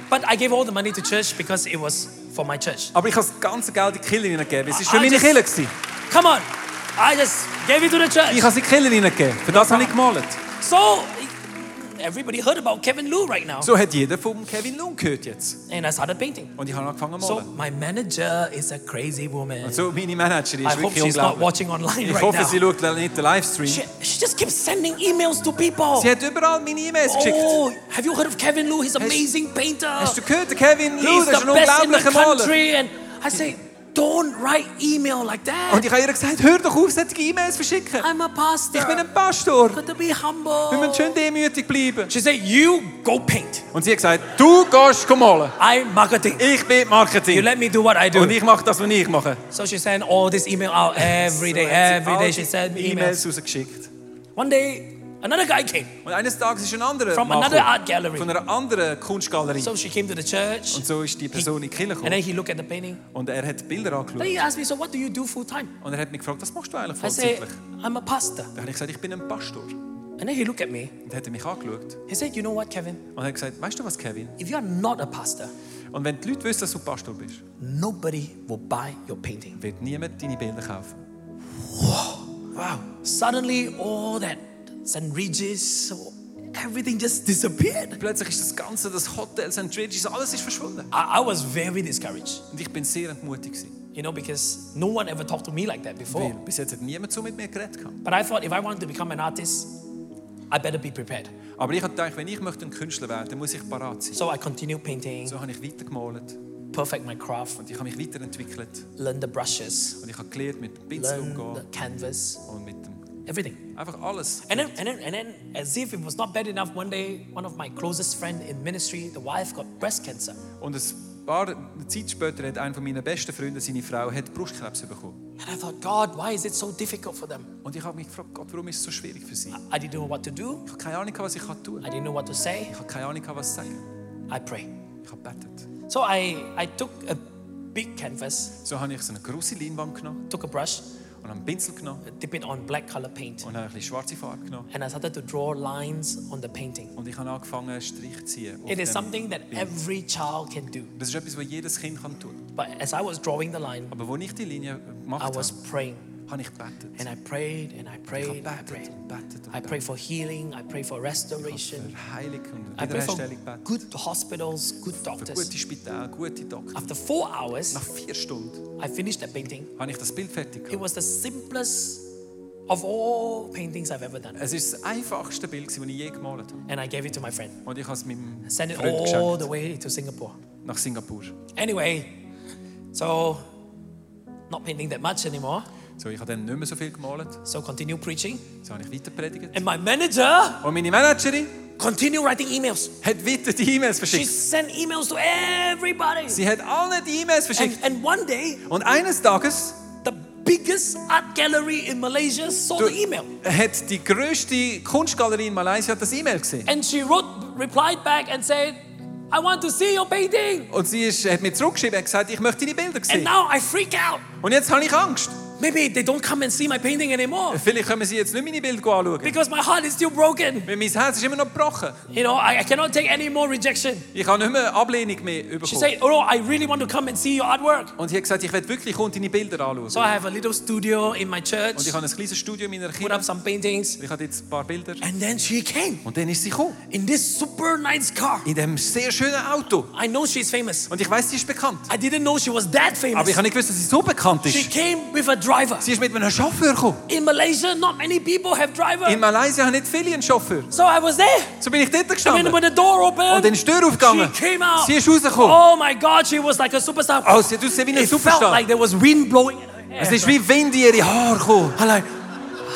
[SPEAKER 2] But I gave all the money to church because it was for my church.
[SPEAKER 3] Aber ich habe das ganze Geld in die Kille hineingegeben. Es war
[SPEAKER 2] Ah,
[SPEAKER 3] für meine
[SPEAKER 2] das-
[SPEAKER 3] Kille. gewesen.
[SPEAKER 2] Come on. I just gave it to the
[SPEAKER 3] Ich
[SPEAKER 2] church.
[SPEAKER 3] habe sie in die Kille hineingegeben. Für das habe ich gemalt.
[SPEAKER 2] So everybody heard about Kevin Lou right now.
[SPEAKER 3] So hat jeder von Kevin Lung gehört jetzt.
[SPEAKER 2] And I started painting.
[SPEAKER 3] Und ich habe angefangen zu
[SPEAKER 2] So
[SPEAKER 3] malen.
[SPEAKER 2] my manager is a crazy woman.
[SPEAKER 3] So, meine Managerin
[SPEAKER 2] I
[SPEAKER 3] ist
[SPEAKER 2] hope
[SPEAKER 3] wirklich
[SPEAKER 2] she's not
[SPEAKER 3] unglaublich.
[SPEAKER 2] watching online
[SPEAKER 3] Ich
[SPEAKER 2] right
[SPEAKER 3] hoffe,
[SPEAKER 2] now.
[SPEAKER 3] sie schaut nicht den Livestream.
[SPEAKER 2] She, she just keeps sending emails to people.
[SPEAKER 3] Sie hat überall meine E-Mails geschickt.
[SPEAKER 2] Oh, have you heard of Kevin Lou? He's an amazing painter.
[SPEAKER 3] Hast du gehört, der Kevin Lou,
[SPEAKER 2] He's
[SPEAKER 3] das ist
[SPEAKER 2] the
[SPEAKER 3] ein
[SPEAKER 2] best in the
[SPEAKER 3] unglaublicher Maler.
[SPEAKER 2] country. And I say, don't write email like that.
[SPEAKER 3] Und ich habe ihr gesagt, hör doch auf, solche E-Mails verschicken.
[SPEAKER 2] I'm a pastor.
[SPEAKER 3] Ich bin ein Pastor.
[SPEAKER 2] Got to be
[SPEAKER 3] Wir müssen schön
[SPEAKER 2] humble.
[SPEAKER 3] demütig bleiben.
[SPEAKER 2] She said, you go paint.
[SPEAKER 3] Und sie hat gesagt, du gehst malen.
[SPEAKER 2] I'm marketing.
[SPEAKER 3] Ich bin
[SPEAKER 2] You
[SPEAKER 3] Marketing. Oh,
[SPEAKER 2] let me do what I
[SPEAKER 3] Und
[SPEAKER 2] do.
[SPEAKER 3] ich mache das, was ich mache.
[SPEAKER 2] So she sent all this email out every day.
[SPEAKER 3] So hat sie
[SPEAKER 2] Every
[SPEAKER 3] all
[SPEAKER 2] day
[SPEAKER 3] die
[SPEAKER 2] she sent emails.
[SPEAKER 3] E-Mails rausgeschickt.
[SPEAKER 2] One day, Another guy came.
[SPEAKER 3] Und eines Tages ist ein anderer
[SPEAKER 2] From
[SPEAKER 3] Mann
[SPEAKER 2] another
[SPEAKER 3] gekommen,
[SPEAKER 2] art gallery.
[SPEAKER 3] von einer anderen Kunstgalerie.
[SPEAKER 2] So she came to the church.
[SPEAKER 3] und so ist die Person in die Kirche
[SPEAKER 2] And then
[SPEAKER 3] gekommen.
[SPEAKER 2] he looked at the painting.
[SPEAKER 3] Und er hat die Bilder
[SPEAKER 2] Then
[SPEAKER 3] angeschaut.
[SPEAKER 2] he asked me, So what do you do full time?
[SPEAKER 3] Und er hat mich gefragt, was machst du eigentlich
[SPEAKER 2] I said,
[SPEAKER 3] vollzeitlich?
[SPEAKER 2] I'm a pastor.
[SPEAKER 3] Dann habe ich gesagt, ich bin ein Pastor. Und
[SPEAKER 2] And then he looked at me.
[SPEAKER 3] er hat mich angeschaut.
[SPEAKER 2] He said, You know what, Kevin?
[SPEAKER 3] Und er hat gesagt, weißt du was, Kevin?
[SPEAKER 2] If you are not a pastor,
[SPEAKER 3] Und wenn die Leute wissen, dass du Pastor bist,
[SPEAKER 2] nobody will buy your painting.
[SPEAKER 3] wird niemand deine Bilder kaufen. Wow.
[SPEAKER 2] Suddenly, all that St. Regis, everything just disappeared.
[SPEAKER 3] Plötzlich ist das Ganze, das Hotel, St. Regis, alles ist verschwunden.
[SPEAKER 2] I, I was very discouraged,
[SPEAKER 3] Und ich bin sehr entmutigt. gewesen,
[SPEAKER 2] you know, because no one ever talked to me like that
[SPEAKER 3] Weil
[SPEAKER 2] before.
[SPEAKER 3] bis jetzt hat niemand so mit mir geredet. gehabt.
[SPEAKER 2] But I thought if I wanted to become an artist, I better be prepared.
[SPEAKER 3] Aber ich habe gedacht, wenn ich möchte ein Künstler werden dann muss ich parat sein.
[SPEAKER 2] So I continued painting,
[SPEAKER 3] So habe ich weitergemalt
[SPEAKER 2] perfect my craft,
[SPEAKER 3] und ich habe mich weiterentwickelt.
[SPEAKER 2] learn the brushes,
[SPEAKER 3] Und ich habe gelernt, mit dem Pinsel
[SPEAKER 2] learn the
[SPEAKER 3] umzugehen
[SPEAKER 2] canvas,
[SPEAKER 3] und mit dem...
[SPEAKER 2] everything.
[SPEAKER 3] Einfach alles.
[SPEAKER 2] And then, and then, and then, as if it was not bad enough, one day, one of my closest friends in ministry, the wife got breast cancer.
[SPEAKER 3] Und ein paar Zeit später hat einer von meinen besten Freunde, seine Frau, hat Brustkrebs bekommen.
[SPEAKER 2] And I thought, God, why is it so difficult for them?
[SPEAKER 3] Und ich habe mich gefragt, Gott, warum ist es so schwierig für sie?
[SPEAKER 2] I didn't know what to do.
[SPEAKER 3] Ich habe keine Ahnung, gehabt, was ich kann tun
[SPEAKER 2] I
[SPEAKER 3] kann.
[SPEAKER 2] didn't know what to say.
[SPEAKER 3] Ich habe keine Ahnung, gehabt, was ich sagen
[SPEAKER 2] I pray.
[SPEAKER 3] Ich habe betet.
[SPEAKER 2] So I, I took a big canvas,
[SPEAKER 3] So habe ich so eine grosse Leinwand genommen
[SPEAKER 2] took a brush,
[SPEAKER 3] und einen Pinsel genommen
[SPEAKER 2] dip it on black color paint,
[SPEAKER 3] und habe ein bisschen schwarze Farbe genommen.
[SPEAKER 2] and I started to draw lines on the painting.
[SPEAKER 3] Und ich habe angefangen, Strich zu ziehen. auf
[SPEAKER 2] It is
[SPEAKER 3] dem
[SPEAKER 2] something that
[SPEAKER 3] Bild.
[SPEAKER 2] every child can do.
[SPEAKER 3] Das ist etwas, was jedes Kind kann tun kann.
[SPEAKER 2] But as I was drawing the line,
[SPEAKER 3] Aber als ich die Linie gemacht
[SPEAKER 2] I was
[SPEAKER 3] habe,
[SPEAKER 2] praying.
[SPEAKER 3] habe ich gebetet.
[SPEAKER 2] And I prayed and I
[SPEAKER 3] ich
[SPEAKER 2] prayed and I
[SPEAKER 3] habe
[SPEAKER 2] prayed.
[SPEAKER 3] gebetet und gebetet und
[SPEAKER 2] I prayed
[SPEAKER 3] gebetet.
[SPEAKER 2] for healing, I prayed for restoration,
[SPEAKER 3] Für Heilung und
[SPEAKER 2] I prayed for
[SPEAKER 3] Wiederherstellung gebetet.
[SPEAKER 2] good hospitals, good
[SPEAKER 3] Für
[SPEAKER 2] doctors.
[SPEAKER 3] gute Spitäle, gute Doktoren.
[SPEAKER 2] After four hours,
[SPEAKER 3] Nach vier Stunden
[SPEAKER 2] I finished that painting.
[SPEAKER 3] habe ich das Bild fertig gehabt.
[SPEAKER 2] It was the simplest of all paintings I've ever done.
[SPEAKER 3] Es ist das einfachste Bild, das ich je gemalt habe.
[SPEAKER 2] And I gave it to my friend.
[SPEAKER 3] Und ich habe es meinem
[SPEAKER 2] Sent it
[SPEAKER 3] Freund
[SPEAKER 2] all the
[SPEAKER 3] geschenkt.
[SPEAKER 2] way to Singapore.
[SPEAKER 3] Nach Singapur.
[SPEAKER 2] Anyway, so not painting that much anymore.
[SPEAKER 3] So, ich habe dann nicht mehr so viel gemalt.
[SPEAKER 2] So continue preaching.
[SPEAKER 3] So habe ich weiter predigt.
[SPEAKER 2] And my manager
[SPEAKER 3] Und meine Managerin
[SPEAKER 2] continue writing emails.
[SPEAKER 3] hat weiter die E-Mails
[SPEAKER 2] She
[SPEAKER 3] verschickt.
[SPEAKER 2] sent emails to everybody.
[SPEAKER 3] Sie hat allen die E-Mails
[SPEAKER 2] And,
[SPEAKER 3] verschickt.
[SPEAKER 2] and one day,
[SPEAKER 3] Und eines Tages
[SPEAKER 2] the biggest art gallery in Malaysia saw
[SPEAKER 3] du-
[SPEAKER 2] the email.
[SPEAKER 3] hat die grösste Kunstgalerie in Malaysia das E-Mail gesehen.
[SPEAKER 2] And she wrote, replied back and said, I want to see your painting.
[SPEAKER 3] Und sie ist, hat mir zurückgeschrieben und gesagt, ich möchte deine Bilder
[SPEAKER 2] And
[SPEAKER 3] sehen.
[SPEAKER 2] now I freak out.
[SPEAKER 3] Und jetzt habe ich Angst.
[SPEAKER 2] Maybe they don't come and see my painting anymore
[SPEAKER 3] Vielleicht können sie jetzt nicht meine Bilder anschauen.
[SPEAKER 2] because my heart is still broken.
[SPEAKER 3] Weil mein Herz ist immer noch gebrochen.
[SPEAKER 2] You know, I, I cannot take any more rejection.
[SPEAKER 3] Ich habe nicht mehr Ablehnung mehr
[SPEAKER 2] She
[SPEAKER 3] bekommen.
[SPEAKER 2] said, Oh, I really want to come and see your artwork.
[SPEAKER 3] Und sie hat gesagt, ich werde wirklich kommen und deine Bilder anschauen.
[SPEAKER 2] So I have a little studio in my church,
[SPEAKER 3] Und ich habe ein kleines Studio in meiner
[SPEAKER 2] put
[SPEAKER 3] Kirche.
[SPEAKER 2] up Äh. some paintings,
[SPEAKER 3] Ich habe jetzt ein paar Bilder.
[SPEAKER 2] and then she came
[SPEAKER 3] Und dann ist sie gekommen.
[SPEAKER 2] in this super nice car.
[SPEAKER 3] In diesem sehr schönen Auto.
[SPEAKER 2] I know she's famous.
[SPEAKER 3] Und ich weiß, sie ist bekannt.
[SPEAKER 2] I didn't know she was that
[SPEAKER 3] Aber ich
[SPEAKER 2] famous.
[SPEAKER 3] habe nicht gewusst, dass sie so bekannt
[SPEAKER 2] She
[SPEAKER 3] ist.
[SPEAKER 2] came with a driver.
[SPEAKER 3] Sie ist mit einem Chauffeur gekommen.
[SPEAKER 2] In Malaysia, not many people have
[SPEAKER 3] In
[SPEAKER 2] driver.
[SPEAKER 3] Malaysia haben nicht viele einen Chauffeur.
[SPEAKER 2] So I was there.
[SPEAKER 3] So bin ich dort
[SPEAKER 2] And when
[SPEAKER 3] gestanden.
[SPEAKER 2] the door
[SPEAKER 3] Und dann
[SPEAKER 2] opened,
[SPEAKER 3] ist die Tür
[SPEAKER 2] she
[SPEAKER 3] aufgegangen.
[SPEAKER 2] came out.
[SPEAKER 3] Sie ist rausgekommen.
[SPEAKER 2] Oh my God, she was like a superstar.
[SPEAKER 3] er Oh, sie hat ausgesehen wie ein
[SPEAKER 2] It felt
[SPEAKER 3] Superstar.
[SPEAKER 2] like there was wind blowing in her
[SPEAKER 3] Es
[SPEAKER 2] hair.
[SPEAKER 3] ist wie Wind in ihre Haare gekommen.
[SPEAKER 2] I'm like,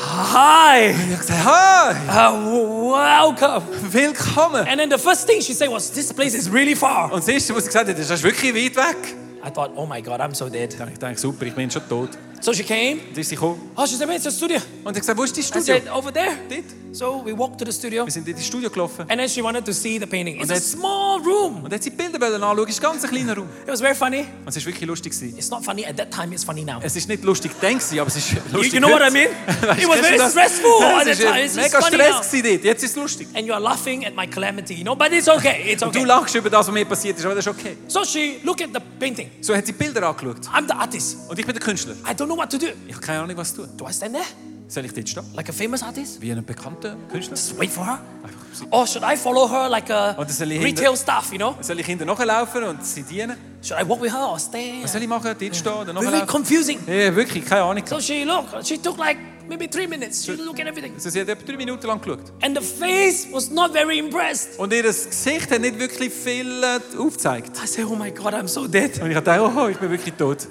[SPEAKER 2] hi,
[SPEAKER 3] Ich habe gesagt, hi,
[SPEAKER 2] uh, w- welcome.
[SPEAKER 3] willkommen.
[SPEAKER 2] And then the first thing she said was, this place is really far.
[SPEAKER 3] Und das Erste, was sie gesagt hat, ist, das ist wirklich weit weg.
[SPEAKER 2] I thought, oh my God, I'm so dead.
[SPEAKER 3] Dann ich denke, super, ich bin schon tot.
[SPEAKER 2] So she came.
[SPEAKER 3] Und ist sie gekommen.
[SPEAKER 2] Oh, she said, man, it's a studio.
[SPEAKER 3] Und ich gesagt, wo ist dein
[SPEAKER 2] I
[SPEAKER 3] Studio?
[SPEAKER 2] said, over there.
[SPEAKER 3] Dort.
[SPEAKER 2] So we walked to the studio.
[SPEAKER 3] Wir sind in das Studio gelaufen.
[SPEAKER 2] And then she wanted to see the painting. It's a
[SPEAKER 3] that's-
[SPEAKER 2] small room.
[SPEAKER 3] Und jetzt die Bilder wollen anschauen, ist ganz ein kleiner Raum.
[SPEAKER 2] It was very funny.
[SPEAKER 3] Und es war wirklich lustig. Gewesen.
[SPEAKER 2] It's not funny at that time, it's funny now.
[SPEAKER 3] Es ist nicht lustig gedacht, gewesen, aber es ist lustig.
[SPEAKER 2] You, you know what I
[SPEAKER 3] heute.
[SPEAKER 2] mean?
[SPEAKER 3] Weißt
[SPEAKER 2] It
[SPEAKER 3] du,
[SPEAKER 2] was
[SPEAKER 3] kennst du
[SPEAKER 2] very
[SPEAKER 3] das?
[SPEAKER 2] stressful
[SPEAKER 3] Ja,
[SPEAKER 2] at the
[SPEAKER 3] Es war
[SPEAKER 2] time. It's it's
[SPEAKER 3] mega
[SPEAKER 2] funny now.
[SPEAKER 3] Stress gewesen dort. Jetzt ist es lustig.
[SPEAKER 2] And you are laughing at my calamity, you know? But it's okay. It's
[SPEAKER 3] Du
[SPEAKER 2] okay.
[SPEAKER 3] lachst über das, was mir passiert ist, aber das ist okay.
[SPEAKER 2] So she looked at the painting.
[SPEAKER 3] So hat sie die Bilder angeschaut.
[SPEAKER 2] I'm the artist.
[SPEAKER 3] Und ich bin der Künstler.
[SPEAKER 2] I don't know what to do.
[SPEAKER 3] Ich habe keine Ahnung, was zu tun.
[SPEAKER 2] Do I stand there
[SPEAKER 3] Soll ich dort stehen?
[SPEAKER 2] like a famous artist?
[SPEAKER 3] Wie ein bekannter Künstler?
[SPEAKER 2] Just wait for her?
[SPEAKER 3] Einfach sie-
[SPEAKER 2] Or should I follow her like a
[SPEAKER 3] Oh, das ist ein Lied.
[SPEAKER 2] retail staff, you know?
[SPEAKER 3] Soll ich hinter nachlaufen und sie dienen?
[SPEAKER 2] Should I walk with her or stay?
[SPEAKER 3] Was soll ich machen? Dort stehen oder
[SPEAKER 2] Very
[SPEAKER 3] nachlaufen?
[SPEAKER 2] confusing.
[SPEAKER 3] Ja, wirklich, keine Ahnung.
[SPEAKER 2] So she looked. She took like maybe three minutes. She looked at everything.
[SPEAKER 3] Also sie hat etwa drei Minuten lang geschaut.
[SPEAKER 2] And the face was not very impressed.
[SPEAKER 3] Und ihr Gesicht hat nicht wirklich viel äh, aufgezeigt.
[SPEAKER 2] I said, oh my God, I'm so dead.
[SPEAKER 3] Und ich dachte, oh, ich bin wirklich tot.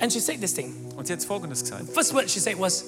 [SPEAKER 2] And she said this thing.
[SPEAKER 3] Und sie hat Folgendes gesagt.
[SPEAKER 2] First word she said was,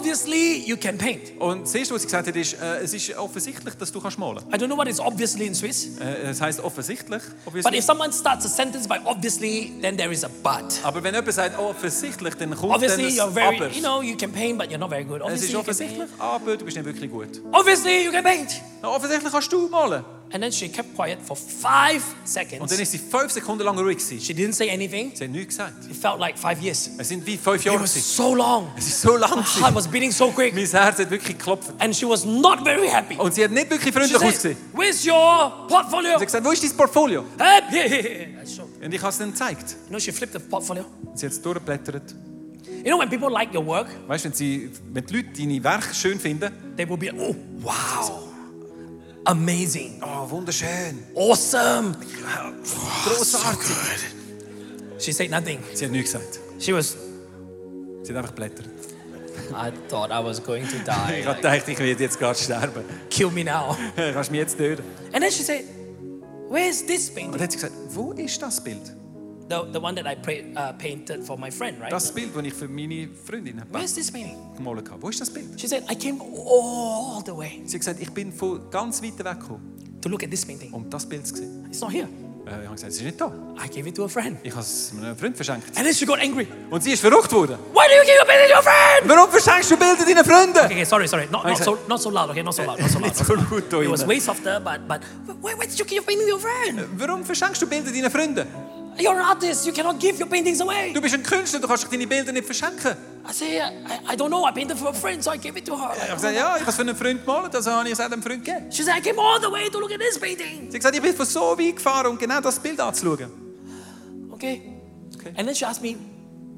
[SPEAKER 2] Obviously, you can paint.
[SPEAKER 3] Und siehst du, was ich gesagt habe, ist, äh, es ist offensichtlich, dass du kannst malen
[SPEAKER 2] I don't know what is obviously in Swiss,
[SPEAKER 3] kannst. Äh, das heisst offensichtlich.
[SPEAKER 2] but if
[SPEAKER 3] obviously.
[SPEAKER 2] someone starts a sentence by obviously, then there is a but.
[SPEAKER 3] Aber wenn jemand sagt, oh, offensichtlich, dann kommt
[SPEAKER 2] Obviously,
[SPEAKER 3] dann
[SPEAKER 2] you're
[SPEAKER 3] das
[SPEAKER 2] very,
[SPEAKER 3] Aber.
[SPEAKER 2] you know, you can paint, but you're not very good. Obviously,
[SPEAKER 3] es ist
[SPEAKER 2] you can paint.
[SPEAKER 3] offensichtlich, aber du bist nicht wirklich gut.
[SPEAKER 2] Obviously, you can paint.
[SPEAKER 3] Na, offensichtlich kannst du malen.
[SPEAKER 2] And then she kept quiet for five
[SPEAKER 3] Und dann
[SPEAKER 2] seconds.
[SPEAKER 3] ist sie fünf Sekunden lang ruhig. Gewesen.
[SPEAKER 2] She didn't say anything.
[SPEAKER 3] Sie hat nichts gesagt.
[SPEAKER 2] It felt like five years.
[SPEAKER 3] Es sind wie fünf
[SPEAKER 2] It
[SPEAKER 3] Jahre.
[SPEAKER 2] was Ah,
[SPEAKER 3] gewesen.
[SPEAKER 2] so long.
[SPEAKER 3] Es ist so lang.
[SPEAKER 2] My heart
[SPEAKER 3] gewesen.
[SPEAKER 2] was beating so quick.
[SPEAKER 3] Mein Herz hat wirklich geklopft.
[SPEAKER 2] And she was not very happy.
[SPEAKER 3] Und sie hat nicht
[SPEAKER 2] She
[SPEAKER 3] wirklich freundlich
[SPEAKER 2] said,
[SPEAKER 3] ausgesehen. Sie
[SPEAKER 2] Where's your portfolio?
[SPEAKER 3] hat gesagt, wo ist dein Portfolio?
[SPEAKER 2] Hey, yeah, yeah, yeah. I showed-
[SPEAKER 3] Und ich habe es dann gezeigt.
[SPEAKER 2] You know, she flipped the portfolio.
[SPEAKER 3] Und sie hat es durchgeblättert.
[SPEAKER 2] You know, when people like your work,
[SPEAKER 3] Weißt du, wenn, sie, wenn die Leute deine Werke schön finden,
[SPEAKER 2] they will be like, oh, wow, amazing,
[SPEAKER 3] oh, wunderschön,
[SPEAKER 2] awesome.
[SPEAKER 3] Ah, großartig.
[SPEAKER 2] She said nothing.
[SPEAKER 3] Sie hat nichts gesagt.
[SPEAKER 2] She was,
[SPEAKER 3] Sie hat einfach geblättert.
[SPEAKER 2] I thought I was going to
[SPEAKER 3] Ich
[SPEAKER 2] die.
[SPEAKER 3] habe gedacht, ich werde jetzt gerade sterben.
[SPEAKER 2] Kill me now.
[SPEAKER 3] Kannst mich jetzt töten. Und
[SPEAKER 2] And then she said, where's this
[SPEAKER 3] dann
[SPEAKER 2] painting?
[SPEAKER 3] hat sie gesagt, wo ist das Bild?
[SPEAKER 2] The, the one that I pra- uh, painted for my friend, right?
[SPEAKER 3] Das Bild, das ich für meine Freundin habe
[SPEAKER 2] Where's this painting?
[SPEAKER 3] gemalt habe. Wo ist das Bild?
[SPEAKER 2] She said, I came all the way
[SPEAKER 3] Sie hat gesagt, ich bin von ganz weit weg gekommen,
[SPEAKER 2] to look at this painting.
[SPEAKER 3] um das Bild zu sehen.
[SPEAKER 2] It's not here.
[SPEAKER 3] Äh, ich habe gesagt, es ist nicht da.
[SPEAKER 2] I gave it to a friend.
[SPEAKER 3] Ich habe es meinem Freund verschenkt.
[SPEAKER 2] And then she got angry.
[SPEAKER 3] Und sie ist verrückt worden.
[SPEAKER 2] Why do you give your painting to your friend?
[SPEAKER 3] Warum verschenkst du Bilder deinen Freunden?
[SPEAKER 2] Okay, sorry, sorry. Not, not, so, not so loud, okay? Not so loud, not so loud.
[SPEAKER 3] Nicht so laut hier
[SPEAKER 2] It was
[SPEAKER 3] rein.
[SPEAKER 2] way softer, but but why, why did you give your painting to your friend?
[SPEAKER 3] Warum verschenkst du Bilder deinen Freunden?
[SPEAKER 2] You're an artist. You cannot give your paintings away.
[SPEAKER 3] Du bist ein Künstler, du kannst doch deine Bilder nicht verschenken.
[SPEAKER 2] I say I, I don't know. I painted for a friend, so I gave it to her.
[SPEAKER 3] Ich habe gesagt, ja, ich habe es für einen Freund gemalt, also habe ich es auch dem Freund gegeben.
[SPEAKER 2] She said I came all the way to look at this painting.
[SPEAKER 3] Sie hat gesagt, ich bin von so weit gefahren, um genau das Bild anzuschauen.
[SPEAKER 2] Okay.
[SPEAKER 3] Okay.
[SPEAKER 2] And then she asked me,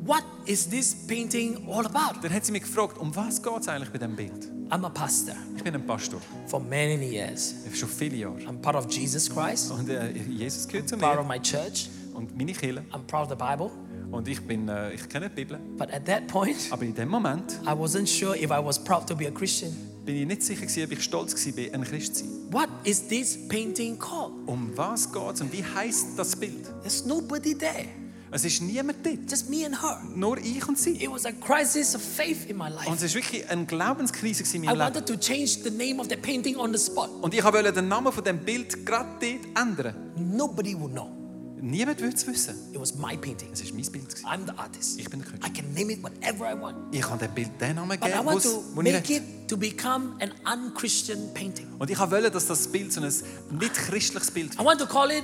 [SPEAKER 2] what is this painting all about?
[SPEAKER 3] Dann hat sie mich gefragt, um was geht es eigentlich bei diesem Bild?
[SPEAKER 2] I'm a pastor
[SPEAKER 3] Ich bin ein Pastor,
[SPEAKER 2] for many years.
[SPEAKER 3] Ich bin schon viele Jahre.
[SPEAKER 2] I'm part of Jesus Christ.
[SPEAKER 3] Und äh, Jesus gehört zu
[SPEAKER 2] Part of
[SPEAKER 3] mir
[SPEAKER 2] my church.
[SPEAKER 3] und meine Kirche.
[SPEAKER 2] I'm proud of the Bible.
[SPEAKER 3] Und ich, bin, äh, ich kenne die Bibel.
[SPEAKER 2] But at that point,
[SPEAKER 3] Aber in dem Moment
[SPEAKER 2] I wasn't sure if I was proud to be a Christian.
[SPEAKER 3] bin ich nicht sicher, gewesen, ob ich stolz war, ein Christ zu sein.
[SPEAKER 2] What is this painting called?
[SPEAKER 3] Um was geht es und wie heisst das Bild?
[SPEAKER 2] There's nobody there.
[SPEAKER 3] Es ist niemand dort,
[SPEAKER 2] Just me and her.
[SPEAKER 3] nur ich und sie.
[SPEAKER 2] It was a crisis of faith in my
[SPEAKER 3] Und
[SPEAKER 2] life.
[SPEAKER 3] es war wirklich eine Glaubenskrise gewesen in
[SPEAKER 2] I
[SPEAKER 3] meinem Leben.
[SPEAKER 2] wanted to change the name of the painting on the spot.
[SPEAKER 3] Und ich wollte den Namen von dem Bild gerade dort ändern.
[SPEAKER 2] Nobody would know.
[SPEAKER 3] Niemand würde es wissen.
[SPEAKER 2] It was my painting.
[SPEAKER 3] Es war mein Bild. gewesen.
[SPEAKER 2] I'm the artist.
[SPEAKER 3] Ich bin der Künstler.
[SPEAKER 2] I can name it whatever I want.
[SPEAKER 3] Ich habe dem Bild den Namen
[SPEAKER 2] But I
[SPEAKER 3] gegeben,
[SPEAKER 2] want
[SPEAKER 3] wo's-
[SPEAKER 2] to
[SPEAKER 3] wo ich
[SPEAKER 2] make
[SPEAKER 3] will.
[SPEAKER 2] it to become an unchristian painting.
[SPEAKER 3] Und ich wollte, dass das Bild so ein nicht christliches Bild
[SPEAKER 2] I
[SPEAKER 3] wird.
[SPEAKER 2] want to call it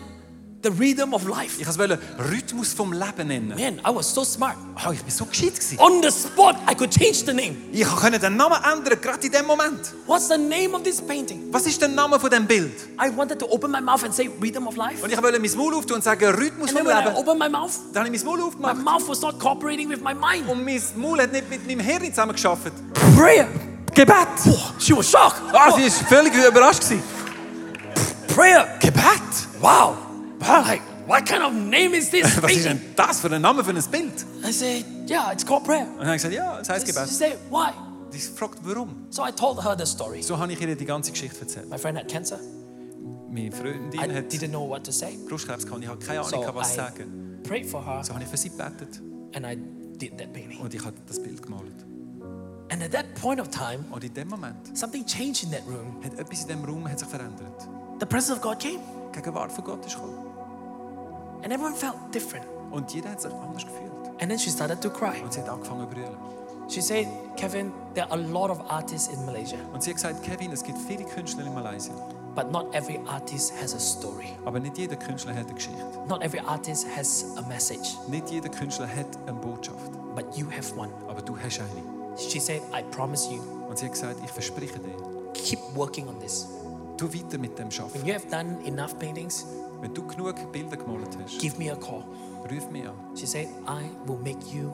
[SPEAKER 2] the rhythm of life.
[SPEAKER 3] Ich wollte es Rhythmus vom Leben nennen.
[SPEAKER 2] Man, I was so smart.
[SPEAKER 3] Oh, ich war so gescheit. Gewesen.
[SPEAKER 2] On the spot, I could change the name.
[SPEAKER 3] Ich konnte den Namen ändern, gerade in dem Moment.
[SPEAKER 2] What's the name of this painting?
[SPEAKER 3] Was ist der Name von dem Bild?
[SPEAKER 2] I wanted to open my mouth and say rhythm of life.
[SPEAKER 3] Und ich wollte mein Maul auftun und sagen,
[SPEAKER 2] And
[SPEAKER 3] Rhythmus vom
[SPEAKER 2] then when I
[SPEAKER 3] Leben.
[SPEAKER 2] opened my mouth,
[SPEAKER 3] Dann habe ich mein Maul
[SPEAKER 2] my
[SPEAKER 3] aufgemacht.
[SPEAKER 2] mouth was not cooperating with my mind.
[SPEAKER 3] Und mein Maul hat nicht mit meinem Hirn zusammengearbeitet.
[SPEAKER 2] Prayer.
[SPEAKER 3] Gebet!
[SPEAKER 2] Boah, She was shocked.
[SPEAKER 3] Ah, sie war völlig überrascht. Gewesen.
[SPEAKER 2] Prayer.
[SPEAKER 3] Gebet!
[SPEAKER 2] Wow. Wow. Like, what kind of name is this?
[SPEAKER 3] Was ist
[SPEAKER 2] painting?
[SPEAKER 3] denn das für ein Name für ein Bild? Und
[SPEAKER 2] I said, yeah, it's called prayer.
[SPEAKER 3] dann habe ich gesagt, ja, es heisst
[SPEAKER 2] She
[SPEAKER 3] Gebet.
[SPEAKER 2] said, why?
[SPEAKER 3] Sie fragt, warum.
[SPEAKER 2] So I told her the story.
[SPEAKER 3] So habe ich ihr die ganze Geschichte erzählt.
[SPEAKER 2] My friend had cancer.
[SPEAKER 3] Meine Freundin
[SPEAKER 2] I
[SPEAKER 3] hat
[SPEAKER 2] didn't know what to say.
[SPEAKER 3] Brustkrebs gehabt und ich habe keine Ahnung,
[SPEAKER 2] So
[SPEAKER 3] gehabt, was
[SPEAKER 2] I
[SPEAKER 3] zu sagen.
[SPEAKER 2] prayed for her
[SPEAKER 3] So habe ich für sie gebetet
[SPEAKER 2] and I did that painting.
[SPEAKER 3] und ich habe das Bild gemalt.
[SPEAKER 2] And at that point of time,
[SPEAKER 3] Und in dem Moment
[SPEAKER 2] something changed in that room.
[SPEAKER 3] hat etwas in diesem Raum hat sich verändert.
[SPEAKER 2] The presence of God came
[SPEAKER 3] Die Gegenwart von Gott ist gekommen.
[SPEAKER 2] and everyone felt different.
[SPEAKER 3] Und jeder hat sich anders gefühlt.
[SPEAKER 2] And then she started to cry.
[SPEAKER 3] Und sie hat angefangen zu brüllen.
[SPEAKER 2] She said, Kevin, there are a lot of artists in Malaysia,
[SPEAKER 3] Und sie hat gesagt, Kevin, es gibt viele Künstler in Malaysia,
[SPEAKER 2] but not every artist has a story.
[SPEAKER 3] aber nicht jeder Künstler hat eine Geschichte.
[SPEAKER 2] Not every artist has a message,
[SPEAKER 3] Nicht jeder Künstler hat eine Botschaft,
[SPEAKER 2] but you have one.
[SPEAKER 3] aber du hast eine.
[SPEAKER 2] She said, I promise you,
[SPEAKER 3] Und sie hat gesagt, ich verspreche dir,
[SPEAKER 2] keep working on this.
[SPEAKER 3] Tu weiter mit dem Schaffen.
[SPEAKER 2] When you have done enough paintings,
[SPEAKER 3] Wenn du genug Bilder gemalt hast,
[SPEAKER 2] give me a call.
[SPEAKER 3] ruf mich an.
[SPEAKER 2] She said, I will make you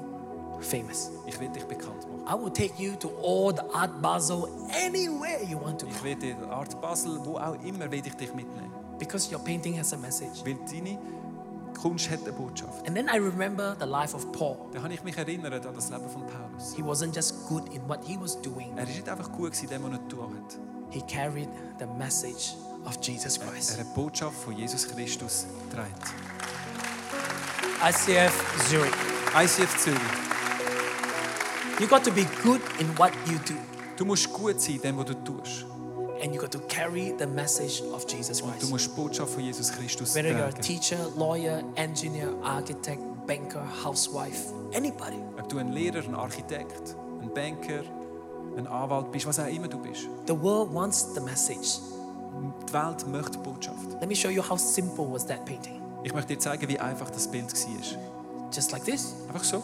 [SPEAKER 2] famous.
[SPEAKER 3] Ich will dich bekannt machen.
[SPEAKER 2] I will take you to all the Art Basel, anywhere you want to go,
[SPEAKER 3] Ich will dir Art Basel, wo auch immer, will ich dich mitnehmen.
[SPEAKER 2] because your painting has a message.
[SPEAKER 3] Weil deine Kunst hat eine Botschaft.
[SPEAKER 2] And then I remember the life of Paul.
[SPEAKER 3] Da habe ich mich erinnert an das Leben von Paulus.
[SPEAKER 2] He wasn't just good in what he was doing,
[SPEAKER 3] Er ist nicht einfach gut gewesen, in dem, was er getan hat.
[SPEAKER 2] he carried the message of Jesus
[SPEAKER 3] Er
[SPEAKER 2] Christ.
[SPEAKER 3] hat die Botschaft von Jesus Christus getragen.
[SPEAKER 2] ICF Zurich.
[SPEAKER 3] ICF Zürich.
[SPEAKER 2] You got to be good in what you do.
[SPEAKER 3] Du musst gut sein in dem, was du tust.
[SPEAKER 2] And you got to carry the message of Jesus
[SPEAKER 3] Du
[SPEAKER 2] Christ.
[SPEAKER 3] musst die Botschaft von Jesus Christus
[SPEAKER 2] Whether you're a
[SPEAKER 3] tragen.
[SPEAKER 2] teacher, lawyer, engineer, architect, banker, housewife, anybody,
[SPEAKER 3] Ob du ein Lehrer, ein Architekt, ein Banker, ein Anwalt bist, was auch immer du bist.
[SPEAKER 2] the world wants the message.
[SPEAKER 3] Die Welt möchte die Botschaft.
[SPEAKER 2] Let me show you how simple was that painting.
[SPEAKER 3] Ich möchte dir zeigen, wie einfach das Bild war.
[SPEAKER 2] Just like this,
[SPEAKER 3] Einfach so.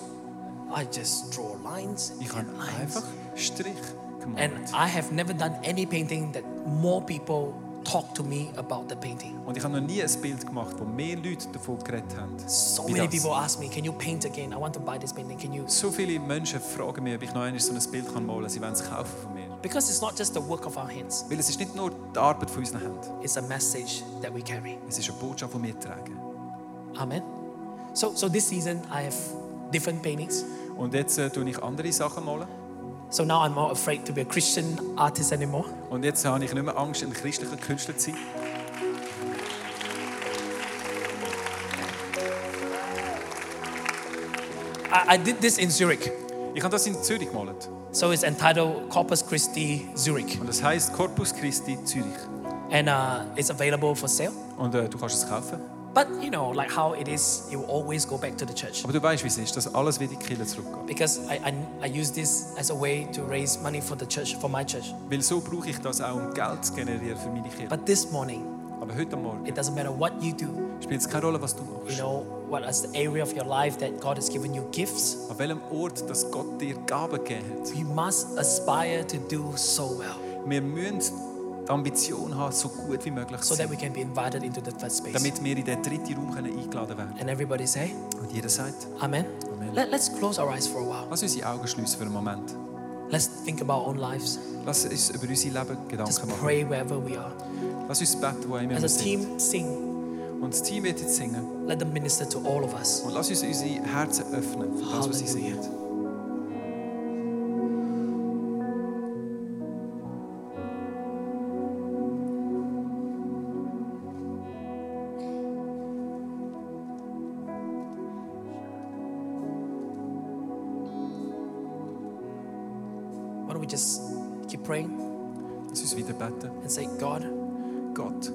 [SPEAKER 2] I just draw lines
[SPEAKER 3] Ich habe
[SPEAKER 2] and lines.
[SPEAKER 3] einfach Strich
[SPEAKER 2] And
[SPEAKER 3] gemacht.
[SPEAKER 2] I have never done any painting that more people talk to me about the painting.
[SPEAKER 3] Und ich habe noch nie ein Bild gemacht, wo mehr Leute davon geredet haben.
[SPEAKER 2] So
[SPEAKER 3] wie
[SPEAKER 2] many
[SPEAKER 3] das.
[SPEAKER 2] people ask me, can you paint again? I want to buy this painting. Can you?
[SPEAKER 3] So viele Menschen fragen mich, ob ich noch einmal so ein Bild kann malen kann. Sie wollen es kaufen von mir.
[SPEAKER 2] Because it's not just the work of our hands,
[SPEAKER 3] Weil es ist nicht nur die Arbeit von unseren Händen.
[SPEAKER 2] it's a message that we carry.
[SPEAKER 3] Es ist eine Botschaft, die wir tragen.
[SPEAKER 2] Amen. So, so this season I have different paintings.
[SPEAKER 3] Und jetzt äh, tue ich andere Sachen malen.
[SPEAKER 2] So now I'm not afraid to be a Christian artist anymore.
[SPEAKER 3] Und jetzt habe ich nicht mehr Angst, ein christlicher Künstler zu sein.
[SPEAKER 2] I, I did this in Zurich.
[SPEAKER 3] Ich habe das in Zürich gemalt.
[SPEAKER 2] So it's entitled Corpus Christi Zurich.
[SPEAKER 3] Und das heisst Corpus Christi Zürich.
[SPEAKER 2] And uh, it's available for sale.
[SPEAKER 3] Und äh, du kannst es kaufen.
[SPEAKER 2] But you know, like how it is, you always go back to the church.
[SPEAKER 3] Aber du weißt, wie es ist, dass alles wieder in die Kirche zurückgeht.
[SPEAKER 2] Because I, I, I use this as a way to raise money for the church, for my church.
[SPEAKER 3] Weil so brauche ich das auch, um Geld zu generieren für meine Kirche.
[SPEAKER 2] But this morning,
[SPEAKER 3] Aber heute Morgen
[SPEAKER 2] it doesn't matter what you do,
[SPEAKER 3] spielt es keine Rolle, was du
[SPEAKER 2] you
[SPEAKER 3] machst.
[SPEAKER 2] know, what is the area of your life that God has given you gifts,
[SPEAKER 3] An welchem Ort, dass Gott dir Gaben gegeben hat.
[SPEAKER 2] you must aspire to do so well.
[SPEAKER 3] Wir müssen die Ambition haben, so gut wie möglich
[SPEAKER 2] so
[SPEAKER 3] zu
[SPEAKER 2] that
[SPEAKER 3] sein,
[SPEAKER 2] we can be invited into the first space.
[SPEAKER 3] damit wir in den dritten Raum können eingeladen werden
[SPEAKER 2] And everybody say,
[SPEAKER 3] können. Und jeder sagt,
[SPEAKER 2] Amen.
[SPEAKER 3] Amen.
[SPEAKER 2] Let, let's close our eyes for a while.
[SPEAKER 3] lass unsere Augen schließen für einen Moment.
[SPEAKER 2] Let's think about our own lives.
[SPEAKER 3] Lass uns über unser Leben
[SPEAKER 2] Just
[SPEAKER 3] Gedanken machen.
[SPEAKER 2] pray wherever we are.
[SPEAKER 3] Lass uns beten, wo immer wir
[SPEAKER 2] As a
[SPEAKER 3] sind.
[SPEAKER 2] team, sing.
[SPEAKER 3] Und das Team wird jetzt singen.
[SPEAKER 2] Let them minister to all of us.
[SPEAKER 3] Und lass uns unsere Herzen öffnen für das, was sie
[SPEAKER 2] Halleluja.
[SPEAKER 3] singen.
[SPEAKER 2] Why don't we just keep praying
[SPEAKER 3] Lass uns wieder beten.
[SPEAKER 2] and say, God,
[SPEAKER 3] Gott,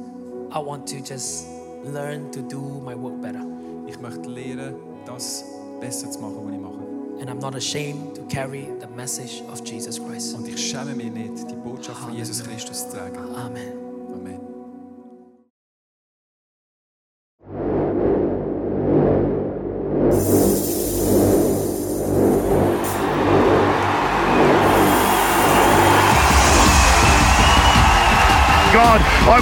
[SPEAKER 2] I want to just learn to do my work better.
[SPEAKER 3] ich möchte lernen, das besser zu machen, was ich mache.
[SPEAKER 2] And I'm not ashamed to carry the message of Jesus Christ.
[SPEAKER 3] Und ich schäme mich nicht, die Botschaft von Jesus
[SPEAKER 2] Halleluja.
[SPEAKER 3] Christus zu tragen.
[SPEAKER 2] Amen.
[SPEAKER 3] Amen.
[SPEAKER 4] God, I